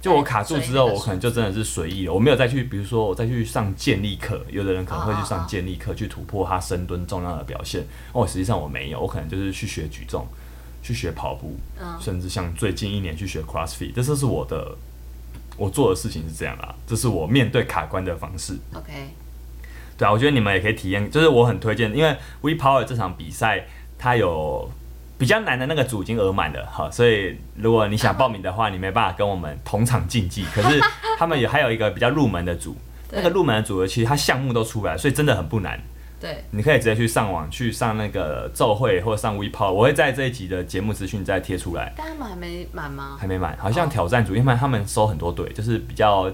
S1: 就我卡住之后，
S2: 对
S1: 我可能就真的是随意了，我没有再去，比如说我再去上健力课，有的人可能会去
S2: 哦哦
S1: 上
S2: 哦
S1: 健力课去突破他深蹲重量的表现，哦，实际上我没有，我可能就是去学举重，去学跑步，
S2: 嗯
S1: 甚至像最近一年去学 CrossFit，这就是我的我做的事情是这样啦，这是我面对卡关的方式。
S2: ，OK，
S1: 对啊，我觉得你们也可以体验，就是我很推荐，因为 We Power 这场比赛它有比较难的那个组已经额满了，好，所以如果你想报名的话，你没办法跟我们同场竞 技，可是他们有还有一个比较入门的组，
S2: 对
S1: 那个入门的组呢，其实它项目都出来，所以真的很不难。
S2: 对，
S1: 你可以直接去上网去上那个奏会或上 We Power，我会在这一集的节目资讯再贴出来。
S2: 但他们还没满吗？
S1: 还没满，好
S2: 哦
S1: 像挑战组，因为他们收很多队，就是比较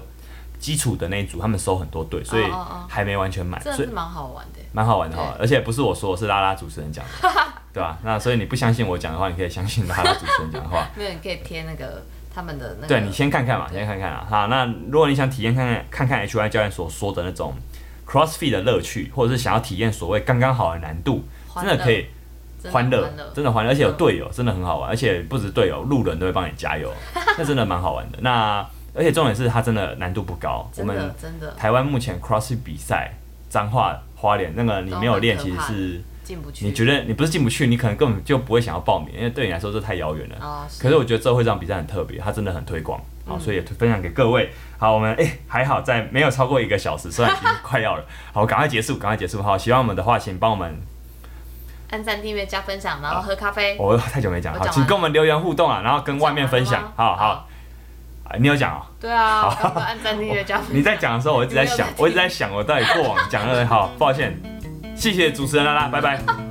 S1: 基础的那一组，他们收很多队，所以
S2: 哦哦哦
S1: 还没完全满，
S2: 真
S1: 所
S2: 的
S1: 以
S2: 是蛮好玩的。
S1: 蛮好玩的哈，
S2: 对
S1: 而且不是我说，是拉拉主持人讲 的，对吧、那所以你不相信我讲的话，你可以相信拉拉主持人讲 的话。
S2: 没有，你可以贴那个他们的那个。
S1: 对你先看看嘛，先看看啊。好，那如果你想体验看看看看 HY 教练所说的那种 CrossFit 的乐趣，或者是想要体验所谓刚刚好的难度，真
S2: 欢乐
S1: 的可以
S2: 真的
S1: 欢乐
S2: 欢，乐
S1: 真的欢乐，而且有
S2: 嗯
S1: 队友，真的很好玩，而且不止队友，路人都会帮你加 油，那真的蛮好玩的。那而且重点是它真的难度不高，我
S2: 真
S1: 们
S2: 的真的
S1: 台湾目前 CrossFit 比赛，彰化花莲那个你没有练，
S2: 都
S1: 其
S2: 很可
S1: 实
S2: 怕
S1: 是
S2: 进不去。
S1: 你觉得你不是进不去，你可能根本就不会想要报名，因为对你来说这太遥远了。
S2: 啊？
S1: 可是我觉得这会这场比赛很特别，它真的很推广，好，
S2: 嗯
S1: 所以也推分享给各位。好，我们诶还好在没有超过一个小时，虽然已经快要了，好，赶快结束，赶快结束。好，喜欢我们的话，请帮我们，
S2: 按赞、订阅、加分享，然后喝咖啡。
S1: 我太久没讲，
S2: 我
S1: 好，
S2: 讲完
S1: 请跟我们留言互动啊，然后跟
S2: 讲
S1: 哦
S2: 啊
S1: 外面
S2: 完了
S1: 分享
S2: 吗，
S1: 好好，。啊你有讲哦，
S2: 对啊，我刚刚按赞、订阅、加分享。
S1: 你在讲的时候，我一直在
S2: 你没有
S1: 想
S2: 在，听
S1: 我一直在想我到底过往讲了，好，抱歉，谢谢主持人啦啦，拜拜。